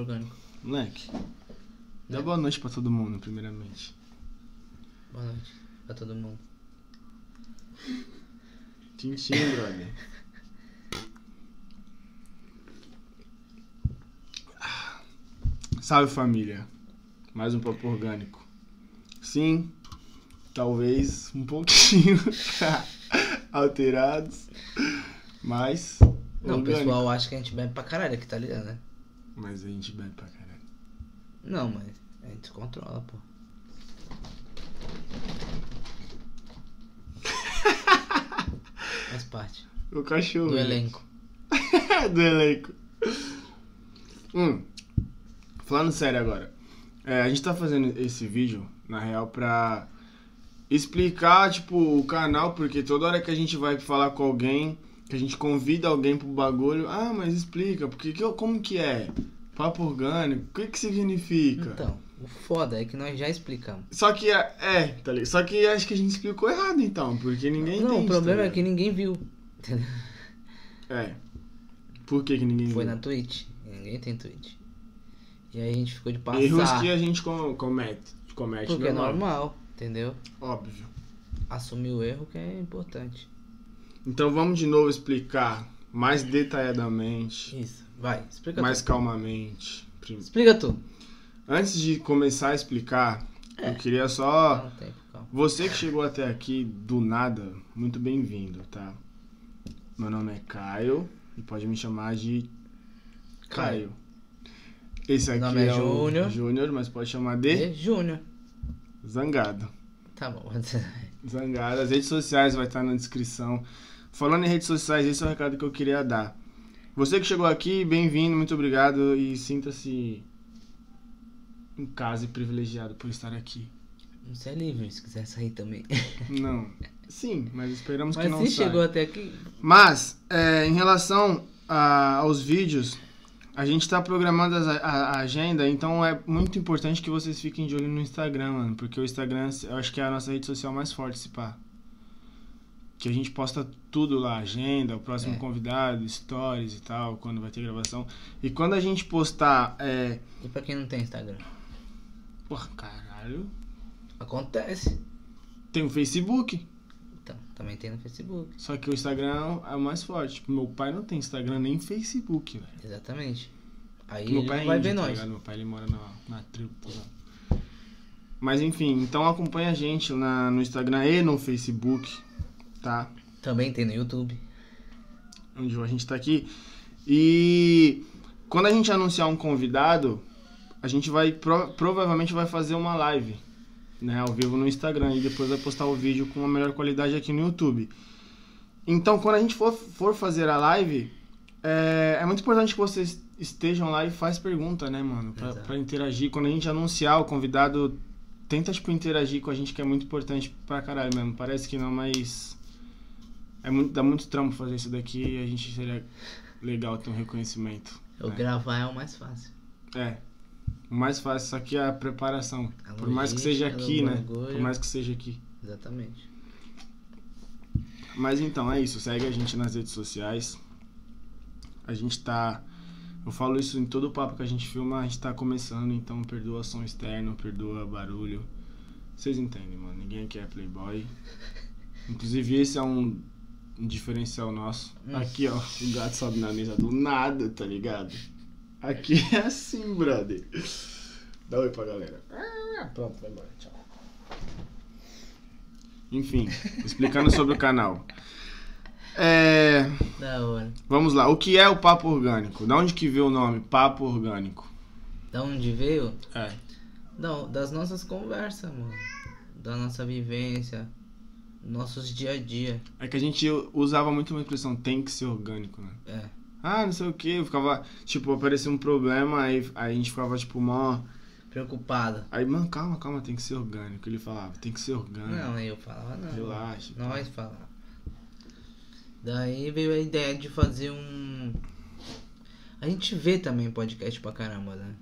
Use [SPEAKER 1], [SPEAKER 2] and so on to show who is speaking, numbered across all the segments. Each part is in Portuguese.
[SPEAKER 1] orgânico.
[SPEAKER 2] Moleque, dá boa noite pra todo mundo, primeiramente.
[SPEAKER 1] Boa noite pra todo mundo.
[SPEAKER 2] Tchim, tchim, brother. Ah. Salve, família. Mais um papo orgânico. Sim, talvez um pouquinho alterados, mas
[SPEAKER 1] Não, o
[SPEAKER 2] orgânico.
[SPEAKER 1] pessoal acha que a gente bebe pra caralho aqui, tá ligado, né?
[SPEAKER 2] Mas a gente bebe pra caralho.
[SPEAKER 1] Não, mas a gente se controla, pô. Faz parte
[SPEAKER 2] O cachorro. né?
[SPEAKER 1] do elenco.
[SPEAKER 2] do elenco. Hum, falando sério agora. é, a gente tá fazendo esse vídeo, na real, pra explicar, tipo, o canal, porque toda hora que a gente vai falar com alguém, que a gente convida alguém pro bagulho, ah, mas explica, porque que, como que é? Papo orgânico, o que que significa?
[SPEAKER 1] Então, o foda é que nós já explicamos.
[SPEAKER 2] Só que, é, é, tá ligado? Só que acho que a gente explicou errado, então, porque ninguém
[SPEAKER 1] Não,
[SPEAKER 2] entende.
[SPEAKER 1] o problema
[SPEAKER 2] tá
[SPEAKER 1] é que ninguém viu. entendeu?
[SPEAKER 2] ligado? É. Por que que ninguém
[SPEAKER 1] Foi
[SPEAKER 2] viu?
[SPEAKER 1] na Twitch. Ninguém tem Twitch. E aí a gente ficou de passar.
[SPEAKER 2] Erros que a gente com- comete. Comete
[SPEAKER 1] porque é
[SPEAKER 2] normal.
[SPEAKER 1] normal, entendeu?
[SPEAKER 2] Óbvio.
[SPEAKER 1] Assumir o erro que é importante.
[SPEAKER 2] Então vamos de novo explicar mais detalhadamente,
[SPEAKER 1] Isso, vai, explica
[SPEAKER 2] mais
[SPEAKER 1] tudo.
[SPEAKER 2] calmamente. Prim-
[SPEAKER 1] Explica tudo.
[SPEAKER 2] Antes de começar a explicar,
[SPEAKER 1] É.
[SPEAKER 2] eu queria só.
[SPEAKER 1] Dá um tempo, calma.
[SPEAKER 2] Você que chegou até aqui do nada, muito bem-vindo, tá? Meu nome é Caio e pode me chamar de Caio. Esse aqui
[SPEAKER 1] Meu nome é
[SPEAKER 2] é, o
[SPEAKER 1] Júnior.
[SPEAKER 2] Júnior, mas pode chamar de
[SPEAKER 1] E Júnior.
[SPEAKER 2] Zangado.
[SPEAKER 1] Tá bom.
[SPEAKER 2] Zangado. As redes sociais vai estar na descrição. Falando em redes sociais, esse é o recado que eu queria dar. Você que chegou aqui, bem-vindo, muito obrigado e sinta-se em casa e privilegiado por estar aqui.
[SPEAKER 1] Você é livre se quiser sair também.
[SPEAKER 2] Não. Sim, mas esperamos que
[SPEAKER 1] Mas
[SPEAKER 2] não
[SPEAKER 1] se
[SPEAKER 2] saia.
[SPEAKER 1] chegou até aqui,
[SPEAKER 2] Mas, é, em relação a- aos vídeos, a gente está programando as- a, a agenda, então é muito importante que vocês fiquem de olho no Instagram, mano, porque o Instagram eu acho que é a nossa rede social mais forte, se pá. Que a gente posta tudo lá, agenda, o próximo
[SPEAKER 1] É.
[SPEAKER 2] convidado, stories e tal, quando vai ter gravação. E quando a gente postar. É...
[SPEAKER 1] e pra quem não tem Instagram?
[SPEAKER 2] Porra, caralho.
[SPEAKER 1] Acontece.
[SPEAKER 2] Tem o Facebook.
[SPEAKER 1] Então, também tem no Facebook.
[SPEAKER 2] Só que o Instagram é o mais forte. Tipo, meu pai não tem Instagram nem Facebook, velho.
[SPEAKER 1] Exatamente. Aí
[SPEAKER 2] Meu
[SPEAKER 1] ele
[SPEAKER 2] pai é
[SPEAKER 1] não vai
[SPEAKER 2] índio,
[SPEAKER 1] ver
[SPEAKER 2] tá
[SPEAKER 1] nós.
[SPEAKER 2] ligado? Meu pai ele mora na, na tribo. tá ligado? Mas enfim, então acompanha a gente na, no Instagram e no Facebook, tá?
[SPEAKER 1] Também tem no YouTube.
[SPEAKER 2] Onde a gente tá aqui. E quando a gente anunciar um convidado, a gente vai pro- provavelmente vai fazer uma live, né, ao vivo no Instagram e depois vai postar o vídeo com uma melhor qualidade aqui no YouTube. Então, quando a gente for, for fazer a live, é, é muito importante que vocês estejam lá e faz pergunta, né, mano? Pra,
[SPEAKER 1] Exato.
[SPEAKER 2] pra interagir. Quando a gente anunciar o convidado, tenta, tipo, interagir com a gente, que é muito importante pra caralho mesmo. Parece que não, mas... É muito, dá muito trampo fazer isso daqui e a gente seria legal ter um reconhecimento.
[SPEAKER 1] Eu
[SPEAKER 2] né?
[SPEAKER 1] gravar é o mais fácil.
[SPEAKER 2] É. O mais fácil, só que é a preparação.
[SPEAKER 1] A
[SPEAKER 2] Por mais que seja
[SPEAKER 1] logística,
[SPEAKER 2] aqui,
[SPEAKER 1] o
[SPEAKER 2] né?
[SPEAKER 1] bagulho.
[SPEAKER 2] Por mais que seja aqui.
[SPEAKER 1] é Exatamente.
[SPEAKER 2] Mas então, é isso. Segue a gente nas redes sociais. A gente tá. Eu falo isso em todo o papo que a gente filma, a gente tá começando, então perdoa som externo, perdoa barulho. Vocês entendem, mano. Ninguém aqui é playboy. Inclusive, esse é um, um diferencial nosso.
[SPEAKER 1] Hum.
[SPEAKER 2] Aqui, ó, o gato sobe na mesa do nada, tá ligado? Aqui é assim, brother. Dá oi pra galera. Ah, pronto, vai embora. Tchau. Enfim, explicando sobre o canal. É,
[SPEAKER 1] Da hora.
[SPEAKER 2] vamos lá. O que é o papo orgânico? Da onde que veio o nome papo orgânico?
[SPEAKER 1] Da onde veio?
[SPEAKER 2] É.
[SPEAKER 1] Não, das nossas conversas, mano. Da nossa vivência. Nossos dia a dia.
[SPEAKER 2] É que a gente usava muito uma expressão tem que ser orgânico, né?
[SPEAKER 1] É.
[SPEAKER 2] Ah, não sei o que, ficava, tipo, aparecia um problema, aí, aí a gente ficava, tipo, mó.
[SPEAKER 1] Preocupada.
[SPEAKER 2] Aí, mano, calma, calma, tem que ser orgânico. Ele falava, tem que ser orgânico.
[SPEAKER 1] Não, eu falava não. é.
[SPEAKER 2] Relaxa. pá.
[SPEAKER 1] Nós falava. Daí veio a ideia de fazer um. A gente vê também podcast pra caramba, né?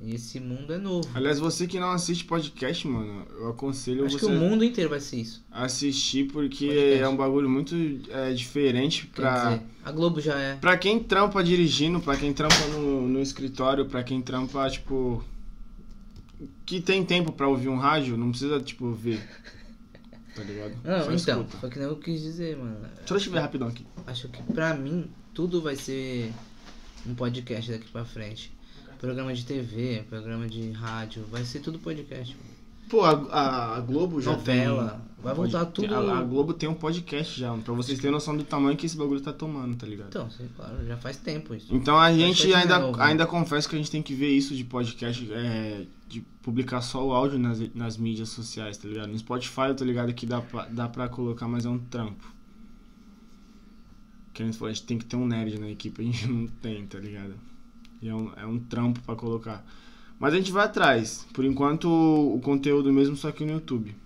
[SPEAKER 1] E esse mundo é novo.
[SPEAKER 2] Aliás, você que não assiste podcast, mano, eu aconselho
[SPEAKER 1] Acho
[SPEAKER 2] você
[SPEAKER 1] que o mundo inteiro vai ser isso.
[SPEAKER 2] a assistir porque
[SPEAKER 1] Podcast.
[SPEAKER 2] é um bagulho muito é, diferente
[SPEAKER 1] Quer
[SPEAKER 2] pra.
[SPEAKER 1] dizer, a Globo já é.
[SPEAKER 2] Pra quem trampa dirigindo, pra quem trampa no, no escritório, pra quem trampa, tipo. Que tem tempo pra ouvir um rádio, não precisa, tipo, ver. Tá ligado?
[SPEAKER 1] Não,
[SPEAKER 2] Só
[SPEAKER 1] então,
[SPEAKER 2] escuta.
[SPEAKER 1] foi que nem eu quis dizer, mano.
[SPEAKER 2] Deixa eu te ver rapidão aqui.
[SPEAKER 1] Acho que pra mim tudo vai ser um podcast daqui pra frente. Programa de TV, programa de rádio, vai ser tudo podcast.
[SPEAKER 2] Pô, a, a- a Globo já.
[SPEAKER 1] Novela,
[SPEAKER 2] tem-
[SPEAKER 1] vai voltar
[SPEAKER 2] pode-
[SPEAKER 1] tudo-
[SPEAKER 2] A, a Globo tem um podcast já, pra vocês terem noção do tamanho que esse bagulho tá tomando, tá ligado?
[SPEAKER 1] Então, sim, claro, já faz tempo isso.
[SPEAKER 2] Então a gente
[SPEAKER 1] Podcast
[SPEAKER 2] ainda,
[SPEAKER 1] não é novo, né?
[SPEAKER 2] ainda confessa que a gente tem que ver isso de podcast, é, de publicar só o áudio nas, nas mídias sociais, tá ligado? No Spotify eu tô ligado que dá pra, dá pra colocar, mas é um trampo. Que a gente falou, a gente tem que ter um nerd na equipe, a gente não tem, tá ligado? E é um, é um trampo pra colocar. Mas a gente vai atrás. Por enquanto, o conteúdo mesmo só aqui no YouTube.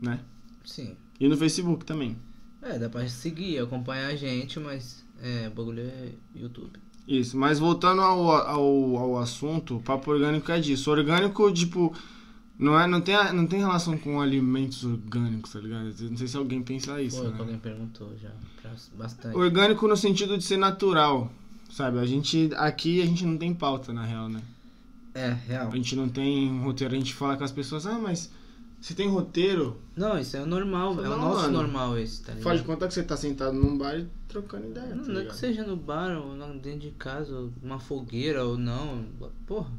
[SPEAKER 2] Né?
[SPEAKER 1] Sim.
[SPEAKER 2] E no Facebook também.
[SPEAKER 1] É, dá pra seguir, acompanhar a gente, mas é, o bagulho é YouTube.
[SPEAKER 2] Isso, mas voltando ao, ao, ao assunto, o papo orgânico é disso. Orgânico, tipo, não, é, não, tem, a- não tem relação com alimentos orgânicos, tá ligado? Eu Não sei se alguém pensa isso.
[SPEAKER 1] Foi o
[SPEAKER 2] né?
[SPEAKER 1] que alguém perguntou já, pra- bastante.
[SPEAKER 2] Orgânico no sentido de ser natural, sabe? A gente, aqui a gente não tem pauta, na real, né?
[SPEAKER 1] É, real.
[SPEAKER 2] A gente não tem um roteiro, a gente fala com as pessoas, ah, mas você tem roteiro?
[SPEAKER 1] Não, isso é o normal, é o
[SPEAKER 2] Não,
[SPEAKER 1] nosso
[SPEAKER 2] mano.
[SPEAKER 1] normal esse, tá ligado?
[SPEAKER 2] Faz de conta que você tá sentado num bar e trocando ideia,
[SPEAKER 1] Não,
[SPEAKER 2] tá
[SPEAKER 1] não é que
[SPEAKER 2] ligado?
[SPEAKER 1] seja no bar ou lá dentro de casa, ou uma fogueira ou não. Porra.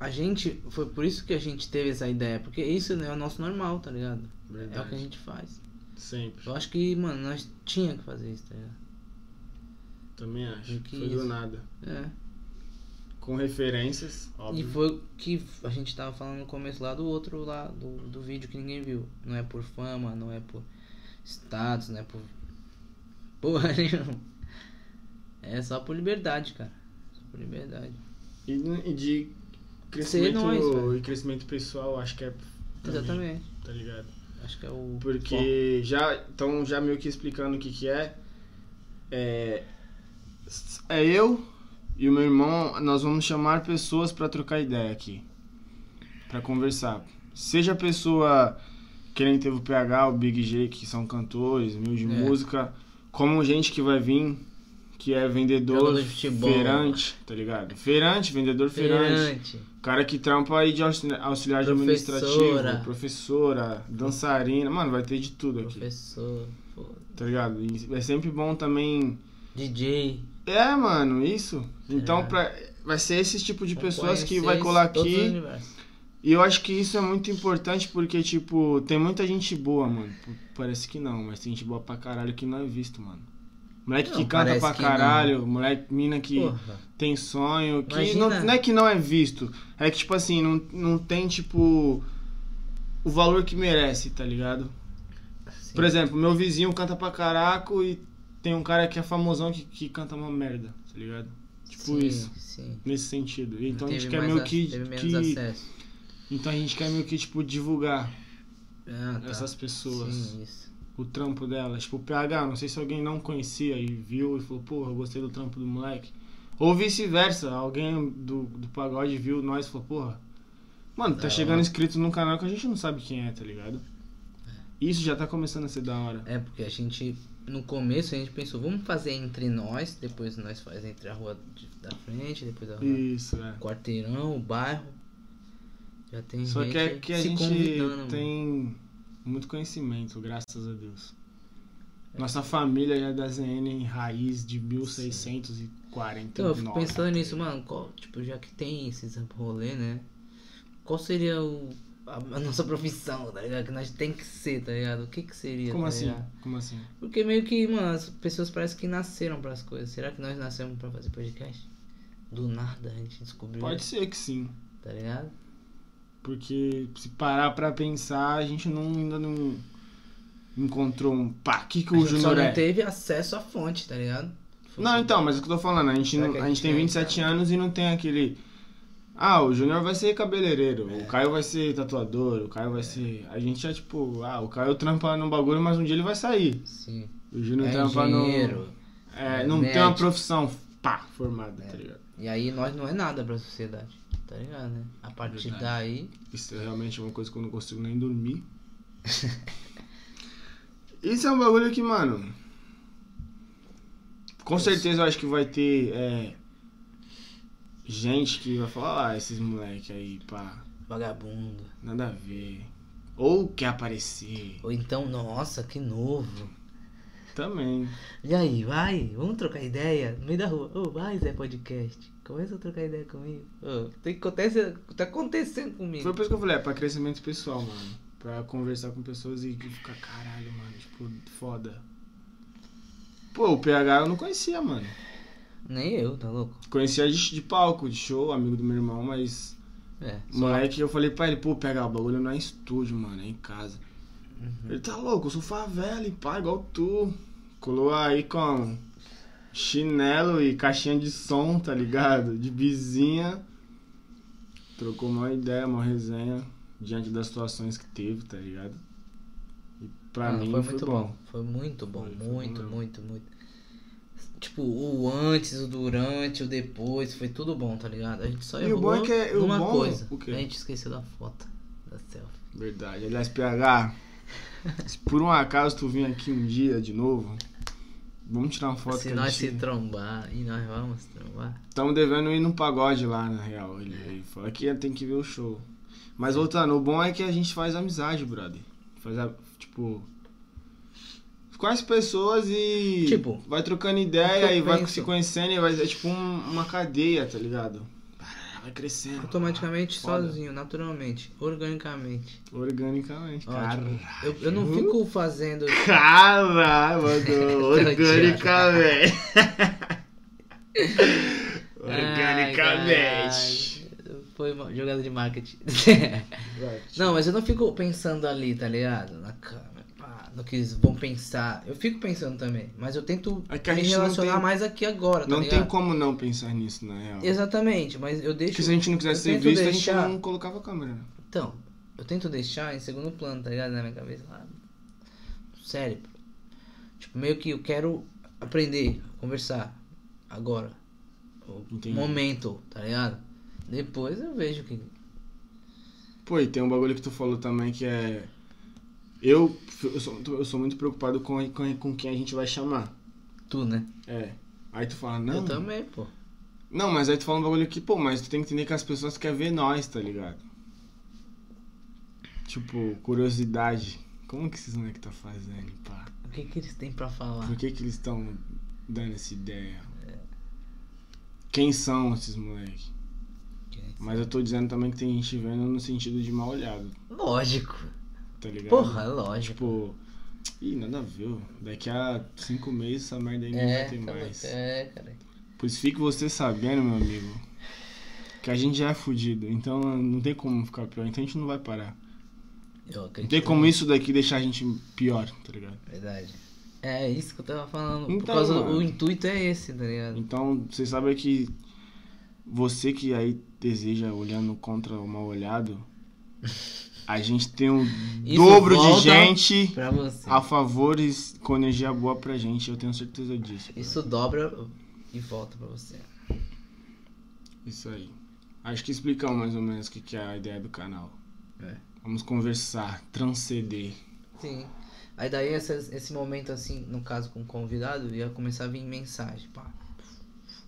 [SPEAKER 1] A gente. Foi por isso que a gente teve essa ideia. Porque isso né, é o nosso normal, tá ligado? É o que a
[SPEAKER 2] Verdade,
[SPEAKER 1] gente faz.
[SPEAKER 2] sempre.
[SPEAKER 1] Eu acho que, mano, nós tinha que fazer isso, tá ligado?
[SPEAKER 2] Também acho.
[SPEAKER 1] Que
[SPEAKER 2] Foi do
[SPEAKER 1] isso.
[SPEAKER 2] nada.
[SPEAKER 1] É.
[SPEAKER 2] Com referências, óbvio.
[SPEAKER 1] E foi o que a gente tava falando no começo lá do outro lá, do, do vídeo que ninguém viu. Não é por fama, não é por status, não é por. Porra nenhuma. É só por liberdade, cara. Só por liberdade.
[SPEAKER 2] E, e de crescimento,
[SPEAKER 1] nós, velho.
[SPEAKER 2] e crescimento pessoal, acho que é. também,
[SPEAKER 1] Exatamente.
[SPEAKER 2] Tá ligado?
[SPEAKER 1] Acho que é o. foco.
[SPEAKER 2] Porque já. Então, já meio que explicando o que, que é. É. É eu e o meu irmão, nós vamos chamar pessoas pra trocar ideia aqui. Pra conversar. Seja a pessoa que nem teve o PH, o Big G, que são cantores, mil de
[SPEAKER 1] É.
[SPEAKER 2] música, como gente que vai vir, que é vendedor,
[SPEAKER 1] Jogador de futebol.
[SPEAKER 2] feirante, tá ligado? Feirante, vendedor feirante.
[SPEAKER 1] Feirante.
[SPEAKER 2] Cara que trampa aí de auxili- auxiliar de administrativo,
[SPEAKER 1] Professora.
[SPEAKER 2] professora, dançarina, mano, vai ter de tudo aqui,
[SPEAKER 1] Professor. foda.
[SPEAKER 2] tá ligado? E é sempre bom também.
[SPEAKER 1] DJ.
[SPEAKER 2] É, mano, isso. Então,
[SPEAKER 1] ligado?
[SPEAKER 2] pra... vai ser esse tipo de
[SPEAKER 1] Vão
[SPEAKER 2] pessoas que
[SPEAKER 1] É. conhecer
[SPEAKER 2] vai colar
[SPEAKER 1] todos os
[SPEAKER 2] aqui.
[SPEAKER 1] universos.
[SPEAKER 2] E eu acho que isso é muito importante porque, tipo, tem muita gente boa, mano. P- Parece que não, mas tem gente boa pra caralho que não é visto, mano. Moleque
[SPEAKER 1] Não,
[SPEAKER 2] que canta
[SPEAKER 1] parece
[SPEAKER 2] pra
[SPEAKER 1] que
[SPEAKER 2] caralho, moleque, mina que
[SPEAKER 1] Porra.
[SPEAKER 2] tem sonho, que não,
[SPEAKER 1] Imagina.
[SPEAKER 2] não é que não é visto, é que, tipo assim, não, não tem, tipo, o valor que merece, tá ligado?
[SPEAKER 1] Sim.
[SPEAKER 2] Por exemplo, meu vizinho canta pra caraco e tem um cara que é famosão que, que canta uma merda, tá ligado? Tipo
[SPEAKER 1] Sim,
[SPEAKER 2] isso,
[SPEAKER 1] Sim.
[SPEAKER 2] nesse sentido. Então a gente
[SPEAKER 1] Teve
[SPEAKER 2] quer
[SPEAKER 1] mais
[SPEAKER 2] meio
[SPEAKER 1] ac-
[SPEAKER 2] que,
[SPEAKER 1] Teve menos
[SPEAKER 2] que-
[SPEAKER 1] acesso.
[SPEAKER 2] então a gente quer meio que, tipo, divulgar
[SPEAKER 1] Ah, tá.
[SPEAKER 2] essas pessoas,
[SPEAKER 1] Sim, isso.
[SPEAKER 2] o trampo delas. Tipo, o PH, não sei se alguém não conhecia e viu e falou, porra, eu gostei do trampo do moleque. Ou vice-versa, alguém do, do pagode viu nós e falou, porra, mano, tá
[SPEAKER 1] Da
[SPEAKER 2] chegando
[SPEAKER 1] hora.
[SPEAKER 2] inscrito num canal que a gente não sabe quem é, tá ligado? Isso já tá começando a ser da hora.
[SPEAKER 1] É, porque a gente, no começo, a gente pensou, vamos fazer entre nós, depois nós faz entre a rua de- da frente, depois a rua
[SPEAKER 2] Isso, é.
[SPEAKER 1] do quarteirão, o bairro. Já tem
[SPEAKER 2] Só
[SPEAKER 1] gente
[SPEAKER 2] que aqui a
[SPEAKER 1] se
[SPEAKER 2] gente
[SPEAKER 1] convidando. mano.
[SPEAKER 2] tem muito conhecimento, graças a Deus. Nossa família já é da ZN em raiz de 1649.
[SPEAKER 1] Então, eu fico pensando
[SPEAKER 2] tá
[SPEAKER 1] nisso,
[SPEAKER 2] ligado?
[SPEAKER 1] mano, qual, tipo, já que tem esses rolê, né? Qual seria o, a, a nossa profissão, tá ligado? Que nós tem que ser, tá ligado? O que que seria,
[SPEAKER 2] Como
[SPEAKER 1] tá
[SPEAKER 2] assim?
[SPEAKER 1] ligado?
[SPEAKER 2] Como assim?
[SPEAKER 1] Porque meio que, mano, as pessoas parecem que nasceram pras coisas. Será que nós nascemos pra fazer podcast? Do nada a gente descobriu,
[SPEAKER 2] Pode ser que sim.
[SPEAKER 1] tá ligado?
[SPEAKER 2] Porque se parar pra pensar, a gente não, ainda não encontrou um pá, que, que
[SPEAKER 1] a
[SPEAKER 2] o
[SPEAKER 1] gente só
[SPEAKER 2] Júnior
[SPEAKER 1] não
[SPEAKER 2] é.
[SPEAKER 1] teve acesso à fonte, tá ligado?
[SPEAKER 2] Não, então, mas é o que eu tô falando, a gente,
[SPEAKER 1] Será
[SPEAKER 2] não-
[SPEAKER 1] que
[SPEAKER 2] a gente tem
[SPEAKER 1] tem,
[SPEAKER 2] 27
[SPEAKER 1] então?
[SPEAKER 2] anos e não tem aquele. Ah, o Júnior vai ser cabeleireiro, o Caio vai ser tatuador, o Caio vai ser. A gente é tipo, ah, o Caio trampa num bagulho, mas um dia ele vai sair.
[SPEAKER 1] Sim.
[SPEAKER 2] O Júnior
[SPEAKER 1] é
[SPEAKER 2] trampa no.
[SPEAKER 1] engenheiro.
[SPEAKER 2] É,
[SPEAKER 1] é
[SPEAKER 2] não tem uma
[SPEAKER 1] médico. É.
[SPEAKER 2] profissão pá, formada, tá ligado?
[SPEAKER 1] E aí nós não é nada pra sociedade, tá ligado, né? A partir
[SPEAKER 3] Verdade.
[SPEAKER 1] daí.
[SPEAKER 2] Isso é realmente uma coisa que eu não consigo nem dormir. Isso é um bagulho que, mano. Com certeza eu acho que vai ter é, gente que vai falar, ah, esses moleque aí, pá,
[SPEAKER 1] Vagabundo.
[SPEAKER 2] nada a ver. Ou quer aparecer.
[SPEAKER 1] Ou então, nossa, que novo.
[SPEAKER 2] Também.
[SPEAKER 1] E aí, vai? Vamos trocar ideia? No meio da rua. Ô, vai, Zé Podcast. Começa a trocar ideia comigo. Ô, tem que acontecer. Tá acontecendo comigo.
[SPEAKER 2] Foi por isso que eu falei, é pra crescimento pessoal, mano. Pra conversar com pessoas e ficar, caralho, mano, tipo, foda. Pô, o PH eu não conhecia, mano.
[SPEAKER 1] Nem eu, tá louco?
[SPEAKER 2] Conhecia de, de palco, de show, amigo do meu irmão, mas.
[SPEAKER 1] É.
[SPEAKER 2] Moleque, eu falei pra ele, pô, PH, o bagulho não é em estúdio, mano, é em casa.
[SPEAKER 1] Uhum.
[SPEAKER 2] Ele tá louco, eu sou favela e pá, igual tu. Colou aí com chinelo e caixinha de som, tá ligado? De vizinha. Trocou uma ideia, uma resenha, diante das situações que teve, tá ligado? E pra
[SPEAKER 1] Mano,
[SPEAKER 2] mim
[SPEAKER 1] Ah, foi
[SPEAKER 2] foi,
[SPEAKER 1] muito
[SPEAKER 2] bom.
[SPEAKER 1] Foi muito bom,
[SPEAKER 2] Foi, foi
[SPEAKER 1] muito,
[SPEAKER 2] bom mesmo.
[SPEAKER 1] muito, muito. Tipo, o antes, o durante, o depois, foi tudo bom, tá ligado? A gente só
[SPEAKER 2] E o
[SPEAKER 1] errou
[SPEAKER 2] bom é que é- o
[SPEAKER 1] uma
[SPEAKER 2] bom-
[SPEAKER 1] coisa.
[SPEAKER 2] o quê?
[SPEAKER 1] A gente esqueceu da foto da selfie.
[SPEAKER 2] Verdade. Aliás, PH, se por um acaso tu vir aqui um dia de novo, vamos tirar uma foto
[SPEAKER 1] se
[SPEAKER 2] que a
[SPEAKER 1] nós
[SPEAKER 2] gente-
[SPEAKER 1] se trombar, e nós vamos se trombar.
[SPEAKER 2] Estamos devendo ir num pagode lá, na real. Ele, ele fala que tem que ver o show. Mas voltando, o bom é que a gente faz amizade, brother. Faz, a- tipo. Com as pessoas e.
[SPEAKER 1] Tipo,
[SPEAKER 2] Vai trocando
[SPEAKER 1] o que
[SPEAKER 2] ideia
[SPEAKER 1] eu
[SPEAKER 2] e vai
[SPEAKER 1] penso-
[SPEAKER 2] se conhecendo e vai. É tipo um- uma cadeia, tá ligado? Vai crescendo.
[SPEAKER 1] Automaticamente,
[SPEAKER 2] Foda.
[SPEAKER 1] sozinho, naturalmente, organicamente.
[SPEAKER 2] Organicamente.
[SPEAKER 1] Ó,
[SPEAKER 2] Caralho.
[SPEAKER 1] tipo, eu, eu não fico fazendo.
[SPEAKER 2] Caralho, mandou. Organicamente. Organicamente.
[SPEAKER 1] Ai, caralho. Foi uma jogada de marketing.
[SPEAKER 2] Vai,
[SPEAKER 1] Não, mas eu não fico pensando ali, tá ligado? Na câmera, pá, no que eles vão pensar. Eu fico pensando também, mas eu tento
[SPEAKER 2] É que a
[SPEAKER 1] me
[SPEAKER 2] gente não
[SPEAKER 1] relacionar
[SPEAKER 2] tem-
[SPEAKER 1] mais aqui agora, tá
[SPEAKER 2] Não
[SPEAKER 1] ligado?
[SPEAKER 2] tem como não pensar nisso, na real.
[SPEAKER 1] Exatamente, mas eu deixo.
[SPEAKER 2] Porque se a gente não
[SPEAKER 1] eu
[SPEAKER 2] quisesse ser
[SPEAKER 1] tento
[SPEAKER 2] visto, a
[SPEAKER 1] deixar-
[SPEAKER 2] gente não colocava a câmera.
[SPEAKER 1] Então, eu tento deixar em segundo plano, tá ligado? Na minha cabeça lá. no Cérebro. Tipo, meio que eu quero aprender, conversar. Agora. O
[SPEAKER 2] Entendi.
[SPEAKER 1] momento, tá ligado? Depois eu vejo que.
[SPEAKER 2] Pô, e tem um bagulho que tu falou também que é. Eu, eu, sou, muito- eu sou muito preocupado com, com, com quem a gente vai chamar.
[SPEAKER 1] Tu, né?
[SPEAKER 2] É. Aí tu fala, não.
[SPEAKER 1] Eu também, pô.
[SPEAKER 2] Não, mas aí tu fala um bagulho que, pô, mas tu tem que entender que as pessoas querem ver nós, tá ligado? Tipo, curiosidade. Como que esses moleques tá fazendo, pá?
[SPEAKER 1] O que que eles têm pra falar?
[SPEAKER 2] Por que que eles estão dando essa ideia? Quem são esses moleques? Mas eu tô dizendo também que tem gente vendo no sentido de mal olhado,
[SPEAKER 1] Lógico.
[SPEAKER 2] tá ligado?
[SPEAKER 1] Porra, lógico.
[SPEAKER 2] Tipo, ih, nada a ver. ó. Daqui a cinco meses essa merda aí não vai ter
[SPEAKER 1] tá
[SPEAKER 2] mais.
[SPEAKER 1] louco. É, cara.
[SPEAKER 2] Por isso fique você sabendo, meu amigo, que a gente já é fudido. Então não tem como ficar pior. Então a gente não vai parar.
[SPEAKER 1] Eu
[SPEAKER 2] Não
[SPEAKER 1] acredito.
[SPEAKER 2] tem como isso daqui deixar a gente pior, tá ligado?
[SPEAKER 1] Verdade. É isso que eu tava falando. Por
[SPEAKER 2] Então,
[SPEAKER 1] causa do
[SPEAKER 2] mano.
[SPEAKER 1] o intuito é esse, tá ligado?
[SPEAKER 2] Então, você sabe que você que aí deseja olhando contra o mal olhado, a gente tem um
[SPEAKER 1] Isso
[SPEAKER 2] dobro de
[SPEAKER 1] volta
[SPEAKER 2] gente
[SPEAKER 1] Pra você.
[SPEAKER 2] Então, a favores com energia boa pra gente, eu tenho certeza disso.
[SPEAKER 1] Isso dobra e volta pra você.
[SPEAKER 2] Isso aí. Acho que explicamos mais ou menos o que que é a ideia do canal.
[SPEAKER 1] É.
[SPEAKER 2] Vamos conversar, transcender.
[SPEAKER 1] Sim. Aí daí essas- esse momento assim, no caso com o convidado, ia começar a vir mensagem, pá.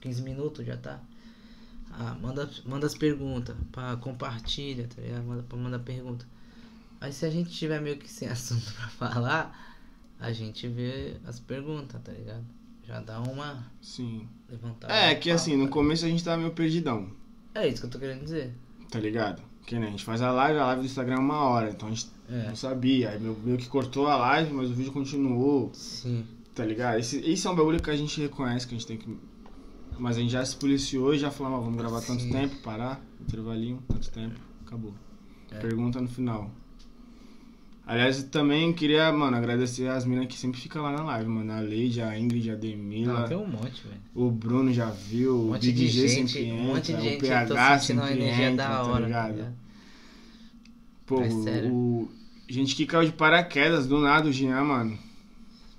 [SPEAKER 1] 15 minutos já tá. Ah, manda, manda as perguntas, pá, compartilha, tá ligado? Manda, pô, manda pergunta. Aí se a gente tiver meio que sem assunto pra falar, a gente vê as perguntas, tá ligado? Já dá uma
[SPEAKER 2] Sim.
[SPEAKER 1] levantada.
[SPEAKER 2] É,
[SPEAKER 1] no
[SPEAKER 2] que
[SPEAKER 1] papo,
[SPEAKER 2] assim, no
[SPEAKER 1] tá
[SPEAKER 2] começo a gente tava meio perdidão,
[SPEAKER 1] ligado? É isso que eu tô querendo dizer.
[SPEAKER 2] tá ligado? Que nem a gente faz a live, a live do Instagram é uma hora, então a gente
[SPEAKER 1] É.
[SPEAKER 2] não sabia. Aí meu, meio que cortou a live, mas o vídeo continuou,
[SPEAKER 1] Sim.
[SPEAKER 2] tá ligado? Esse, esse é um bagulho que a gente reconhece, que a gente tem que. Mas a gente já se policiou e já falou, "Ó, vamos gravar tanto
[SPEAKER 1] Sim.
[SPEAKER 2] tempo, parar, intervalinho, tanto tempo, acabou.
[SPEAKER 1] É.
[SPEAKER 2] Pergunta no final. Aliás, eu também queria, mano, agradecer as minas que sempre ficam lá na live, mano. A Lady, a Ingrid, a Demila.
[SPEAKER 1] Não, tem um monte, velho.
[SPEAKER 2] O Bruno já viu,
[SPEAKER 1] Um
[SPEAKER 2] o
[SPEAKER 1] monte
[SPEAKER 2] Big
[SPEAKER 1] de
[SPEAKER 2] G
[SPEAKER 1] gente,
[SPEAKER 2] sempre
[SPEAKER 1] um monte
[SPEAKER 2] entra,
[SPEAKER 1] de
[SPEAKER 2] o
[SPEAKER 1] gente eu tô
[SPEAKER 2] PH
[SPEAKER 1] sentindo
[SPEAKER 2] sempre
[SPEAKER 1] uma energia
[SPEAKER 2] entra,
[SPEAKER 1] da hora,
[SPEAKER 2] tá
[SPEAKER 1] tá
[SPEAKER 2] ligado?
[SPEAKER 1] ligado?
[SPEAKER 2] Pô,
[SPEAKER 1] É sério.
[SPEAKER 2] o, o- gente que caiu de paraquedas do nada, o Jean, mano.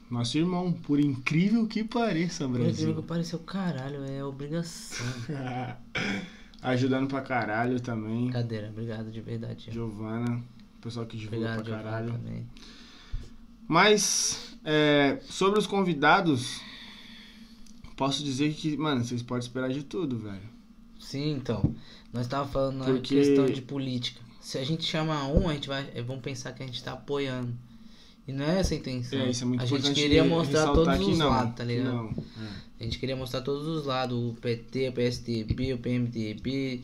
[SPEAKER 2] Nosso irmão, por incrível que pareça,
[SPEAKER 1] Por incrível que
[SPEAKER 2] Brasil.
[SPEAKER 1] pareceu, caralho, é obrigação.
[SPEAKER 2] Ajudando pra caralho também.
[SPEAKER 1] Brincadeira, obrigado de verdade.
[SPEAKER 2] Giovana, pessoal que divulga
[SPEAKER 1] Obrigado,
[SPEAKER 2] pra
[SPEAKER 1] Giovanna,
[SPEAKER 2] caralho.
[SPEAKER 1] também.
[SPEAKER 2] Mas, é, sobre os convidados, posso dizer que, mano, vocês podem esperar de tudo, velho.
[SPEAKER 1] Sim, então. Nós tava falando na
[SPEAKER 2] Porque-
[SPEAKER 1] questão de política. Se a gente chamar um, a gente vai. eh, Vão pensar que a gente tá apoiando. E não é essa a intenção.
[SPEAKER 2] É, isso é muito
[SPEAKER 1] a
[SPEAKER 2] importante.
[SPEAKER 1] gente queria
[SPEAKER 2] re-
[SPEAKER 1] mostrar
[SPEAKER 2] ressaltar
[SPEAKER 1] todos
[SPEAKER 2] que
[SPEAKER 1] os
[SPEAKER 2] não,
[SPEAKER 1] lados, tá
[SPEAKER 2] que
[SPEAKER 1] ligado?
[SPEAKER 2] Não. É.
[SPEAKER 1] A gente queria mostrar todos os lados, o PT, o PSDB, o PMDB.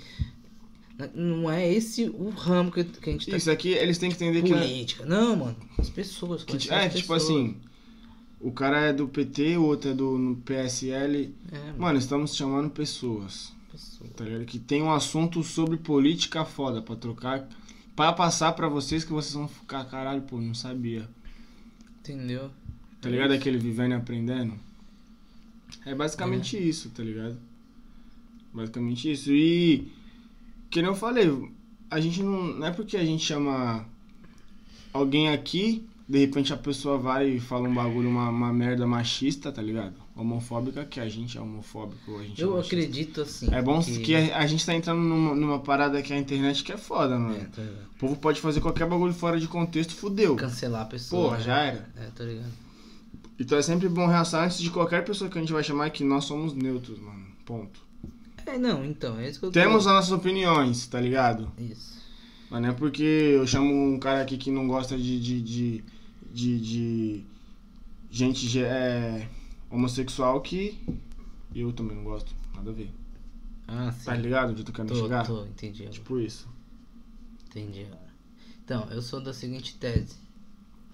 [SPEAKER 1] N- Não é esse o ramo que, que a gente tá
[SPEAKER 2] Isso aqui, eles têm que entender que...
[SPEAKER 1] política. Não, mano. As pessoas.
[SPEAKER 2] que-
[SPEAKER 1] conhecer
[SPEAKER 2] é,
[SPEAKER 1] as
[SPEAKER 2] tipo
[SPEAKER 1] pessoas.
[SPEAKER 2] assim, o cara é do PT, o outro é do no PSL.
[SPEAKER 1] É, mano.
[SPEAKER 2] Mano, estamos chamando pessoas.
[SPEAKER 1] pessoa.
[SPEAKER 2] tá ligado? Que tem um assunto sobre política foda pra trocar, pra passar pra vocês que vocês vão ficar, caralho, pô, não sabia.
[SPEAKER 1] Entendeu? É
[SPEAKER 2] Tá ligado aquele vivendo e aprendendo? É basicamente isso, tá ligado? Basicamente isso. E, que nem eu falei, a gente não, não é porque a gente chama alguém aqui, de repente a pessoa vai e fala um bagulho, uma, uma merda machista, tá ligado? Homofóbica, que a gente é homofóbico, a gente é
[SPEAKER 1] Eu
[SPEAKER 2] machista.
[SPEAKER 1] acredito assim.
[SPEAKER 2] É bom que, a a gente tá entrando numa, numa parada que a internet que é foda, mano.
[SPEAKER 1] É, tá ligado.
[SPEAKER 2] O povo pode fazer qualquer bagulho fora de contexto, fudeu.
[SPEAKER 1] Cancelar a pessoa.
[SPEAKER 2] Porra,
[SPEAKER 1] né?
[SPEAKER 2] já era.
[SPEAKER 1] É, tô ligado.
[SPEAKER 2] Então é sempre bom realçar antes de qualquer pessoa que a gente vai chamar que nós somos neutros, mano. Ponto.
[SPEAKER 1] É, não, então, é isso que eu tô-
[SPEAKER 2] Temos as nossas opiniões, tá ligado?
[SPEAKER 1] Isso.
[SPEAKER 2] Mas não é porque eu chamo um cara aqui que não gosta de. de. de. de, de gente ge- é, homossexual que. Eu também não gosto. Nada a ver.
[SPEAKER 1] Ah, sim.
[SPEAKER 2] Tá ligado onde eu tô querendo
[SPEAKER 1] tô,
[SPEAKER 2] chegar?
[SPEAKER 1] tô, entendi. agora.
[SPEAKER 2] Tipo isso.
[SPEAKER 1] Entendi agora. Então, eu sou da seguinte tese.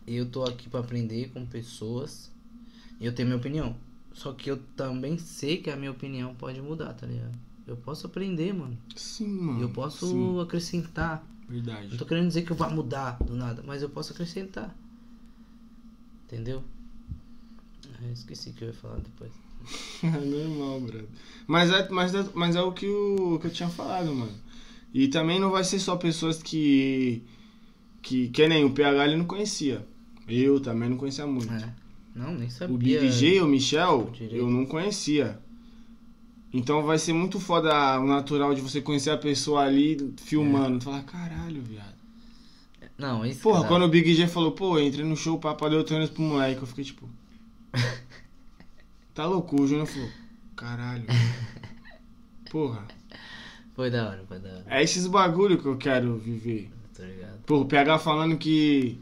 [SPEAKER 1] Eu tô aqui pra aprender com pessoas. E eu tenho minha opinião. Só que eu também sei que a minha opinião pode mudar, tá ligado? Eu posso aprender, mano.
[SPEAKER 2] Sim, mano.
[SPEAKER 1] E eu posso
[SPEAKER 2] Hum, Sim,
[SPEAKER 1] acrescentar.
[SPEAKER 2] verdade.
[SPEAKER 1] Não tô querendo dizer que eu vá mudar do nada, mas eu posso acrescentar. Entendeu? Ah, eu esqueci o que eu ia falar depois.
[SPEAKER 2] É normal, brother. Mas é, mas é, mas é o que, o que eu tinha falado, mano. E também não vai ser só pessoas que. que, que nem o PH ele não conhecia. Eu também não conhecia muito.
[SPEAKER 1] É. Não, nem
[SPEAKER 2] o
[SPEAKER 1] sabia.
[SPEAKER 2] Big G e o Michel,
[SPEAKER 1] Direito.
[SPEAKER 2] eu não conhecia. Então vai ser muito foda o natural de você conhecer a pessoa ali filmando.
[SPEAKER 1] É.
[SPEAKER 2] Tu Falar, caralho, viado.
[SPEAKER 1] Não, esse
[SPEAKER 2] Porra,
[SPEAKER 1] cara-
[SPEAKER 2] quando o Big G falou, pô, eu entrei no show, o papo deu tênis pro moleque, eu fiquei tipo. tá louco, o Júnior falou, caralho. Porra.
[SPEAKER 1] Foi da hora, foi da hora.
[SPEAKER 2] É esses bagulho que eu quero viver.
[SPEAKER 1] Tá ligado?
[SPEAKER 2] Porra, o PH falando que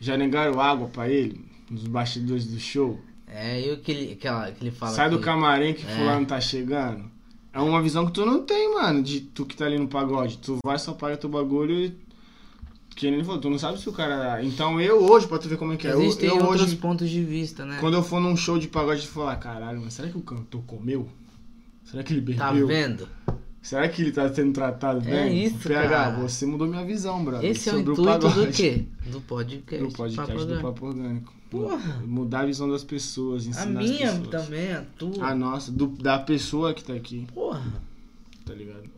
[SPEAKER 2] já negaram água pra ele nos bastidores do show.
[SPEAKER 1] É, eu que ele, que ela- que ele fala.
[SPEAKER 2] Sai do
[SPEAKER 1] que-
[SPEAKER 2] camarim que
[SPEAKER 1] É.
[SPEAKER 2] fulano tá chegando. É uma visão que tu não tem, mano, de tu que tá ali no pagode. Tu vai, só paga teu bagulho e. Que nem ele falou, tu não sabe se o cara. Então eu hoje, pra tu ver como é que é. Eu,
[SPEAKER 1] Existem
[SPEAKER 2] eu
[SPEAKER 1] outros
[SPEAKER 2] hoje
[SPEAKER 1] pontos de vista, né?
[SPEAKER 2] Quando eu for num show de pagode, eu falar, caralho, mas será que o cantor comeu? Será que ele
[SPEAKER 1] Tá
[SPEAKER 2] bebeu?
[SPEAKER 1] vendo?
[SPEAKER 2] será que ele tá sendo tratado
[SPEAKER 1] É
[SPEAKER 2] bem?
[SPEAKER 1] isso,
[SPEAKER 2] PH,
[SPEAKER 1] cara.
[SPEAKER 2] você mudou minha visão, brother.
[SPEAKER 1] Esse é o
[SPEAKER 2] sobre
[SPEAKER 1] intuito
[SPEAKER 2] o pagode.
[SPEAKER 1] do quê? Do podcast.
[SPEAKER 2] Do podcast
[SPEAKER 1] Papo
[SPEAKER 2] do
[SPEAKER 1] Orgânico.
[SPEAKER 2] Papo Orgânico.
[SPEAKER 1] Porra.
[SPEAKER 2] Mudar a visão das pessoas,
[SPEAKER 1] A
[SPEAKER 2] ensinar as
[SPEAKER 1] minha
[SPEAKER 2] pessoas. Ah,
[SPEAKER 1] também, a tua.
[SPEAKER 2] A nossa, do- da pessoa que tá aqui,
[SPEAKER 1] Porra.
[SPEAKER 2] tá ligado?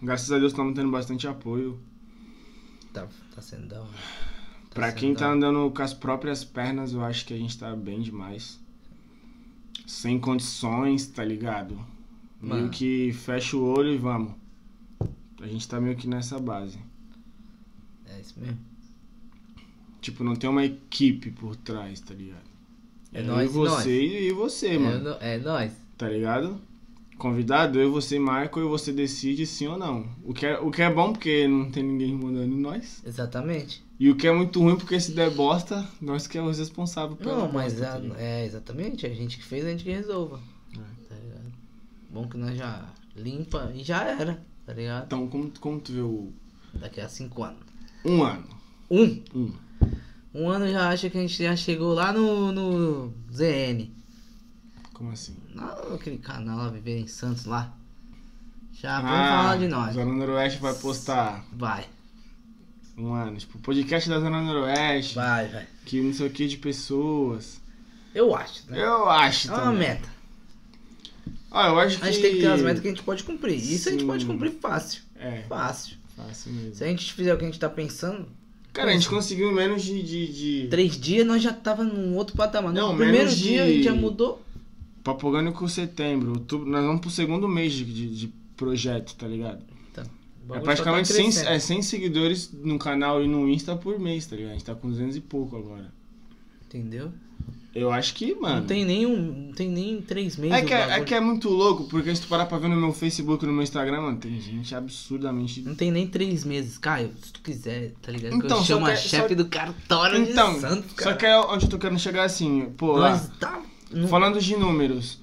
[SPEAKER 2] Graças a Deus estamos tendo bastante apoio.
[SPEAKER 1] Tá, tá sendo da hora. Tá
[SPEAKER 2] Pra
[SPEAKER 1] sendo
[SPEAKER 2] quem
[SPEAKER 1] da
[SPEAKER 2] tá
[SPEAKER 1] hora.
[SPEAKER 2] andando com as próprias pernas, eu acho que a gente tá bem demais. Sem condições, tá ligado? Meio
[SPEAKER 1] Mano.
[SPEAKER 2] que fecha o olho e vamos. A gente tá meio que nessa base.
[SPEAKER 1] É isso mesmo.
[SPEAKER 2] Tipo, não tem uma equipe por trás, tá ligado?
[SPEAKER 1] É
[SPEAKER 2] eu e
[SPEAKER 1] nós e nós.
[SPEAKER 2] você e você,
[SPEAKER 1] É,
[SPEAKER 2] mano.
[SPEAKER 1] no- é nóis.
[SPEAKER 2] Tá ligado? Convidado, eu e você marco e você decide sim ou não. O que, é, o que é bom porque não tem ninguém mandando em nós.
[SPEAKER 1] Exatamente.
[SPEAKER 2] E o que é muito ruim porque se der bosta, nós que é os responsáveis pela
[SPEAKER 1] Não, mas
[SPEAKER 2] bosta, tá
[SPEAKER 1] a-
[SPEAKER 2] ligado?
[SPEAKER 1] é exatamente. A gente que fez, a gente que resolva.
[SPEAKER 2] É.
[SPEAKER 1] Tá ligado? Bom que nós já limpa e já era, tá ligado?
[SPEAKER 2] Então, como, como tu vê o.
[SPEAKER 1] Daqui a cinco anos.
[SPEAKER 2] Um ano.
[SPEAKER 1] Um!
[SPEAKER 2] Um.
[SPEAKER 1] Um ano já acha que a gente já chegou lá no, no ZN.
[SPEAKER 2] Como assim?
[SPEAKER 1] Lá Naquele canal lá, Viver em Santos lá. Já Ah,
[SPEAKER 2] Ah,
[SPEAKER 1] vamos falar de nós.
[SPEAKER 2] Zona Noroeste vai postar
[SPEAKER 1] Vai,
[SPEAKER 2] um ano. Tipo, podcast da Zona Noroeste.
[SPEAKER 1] vai, vai.
[SPEAKER 2] Que não sei o que de pessoas.
[SPEAKER 1] Eu acho, né?
[SPEAKER 2] Eu acho
[SPEAKER 1] É uma
[SPEAKER 2] também.
[SPEAKER 1] meta.
[SPEAKER 2] Ah, eu acho que.
[SPEAKER 1] A gente tem que ter as metas que a gente pode cumprir. Isso a gente
[SPEAKER 2] Sim.
[SPEAKER 1] pode cumprir fácil.
[SPEAKER 2] É,
[SPEAKER 1] Fácil.
[SPEAKER 2] fácil mesmo.
[SPEAKER 1] Se a gente fizer o que a gente tá pensando,
[SPEAKER 2] Cara, a gente conseguiu em menos de. de, de...
[SPEAKER 1] Três dias nós já tava num outro patamar.
[SPEAKER 2] Não,
[SPEAKER 1] no primeiro
[SPEAKER 2] menos de-
[SPEAKER 1] dia a gente já mudou.
[SPEAKER 2] Papogânico setembro, outubro. Nós vamos pro segundo mês de, de, de projeto, tá ligado?
[SPEAKER 1] O
[SPEAKER 2] É
[SPEAKER 1] bagulho
[SPEAKER 2] praticamente
[SPEAKER 1] só tá
[SPEAKER 2] 100,
[SPEAKER 1] crescendo.
[SPEAKER 2] é 100 seguidores no canal e no Insta por mês, tá ligado? A gente tá com 200 e pouco agora.
[SPEAKER 1] Entendeu?
[SPEAKER 2] Eu acho que, mano.
[SPEAKER 1] Não tem nem um. Não tem nem três meses.
[SPEAKER 2] É que
[SPEAKER 1] o
[SPEAKER 2] é,
[SPEAKER 1] bagulho.
[SPEAKER 2] é que é muito louco, porque se tu parar pra ver no meu Facebook e no meu Instagram, mano, tem gente absurdamente.
[SPEAKER 1] Não tem nem três meses. Caio, se tu quiser, tá ligado? Que
[SPEAKER 2] Então,
[SPEAKER 1] eu
[SPEAKER 2] só
[SPEAKER 1] chamo a
[SPEAKER 2] quer-
[SPEAKER 1] chefe
[SPEAKER 2] só-
[SPEAKER 1] do cartório
[SPEAKER 2] Então,
[SPEAKER 1] de Santos, cara.
[SPEAKER 2] só que é onde eu tô querendo chegar assim, pô, lá,
[SPEAKER 1] Nós tá. não-
[SPEAKER 2] falando de números.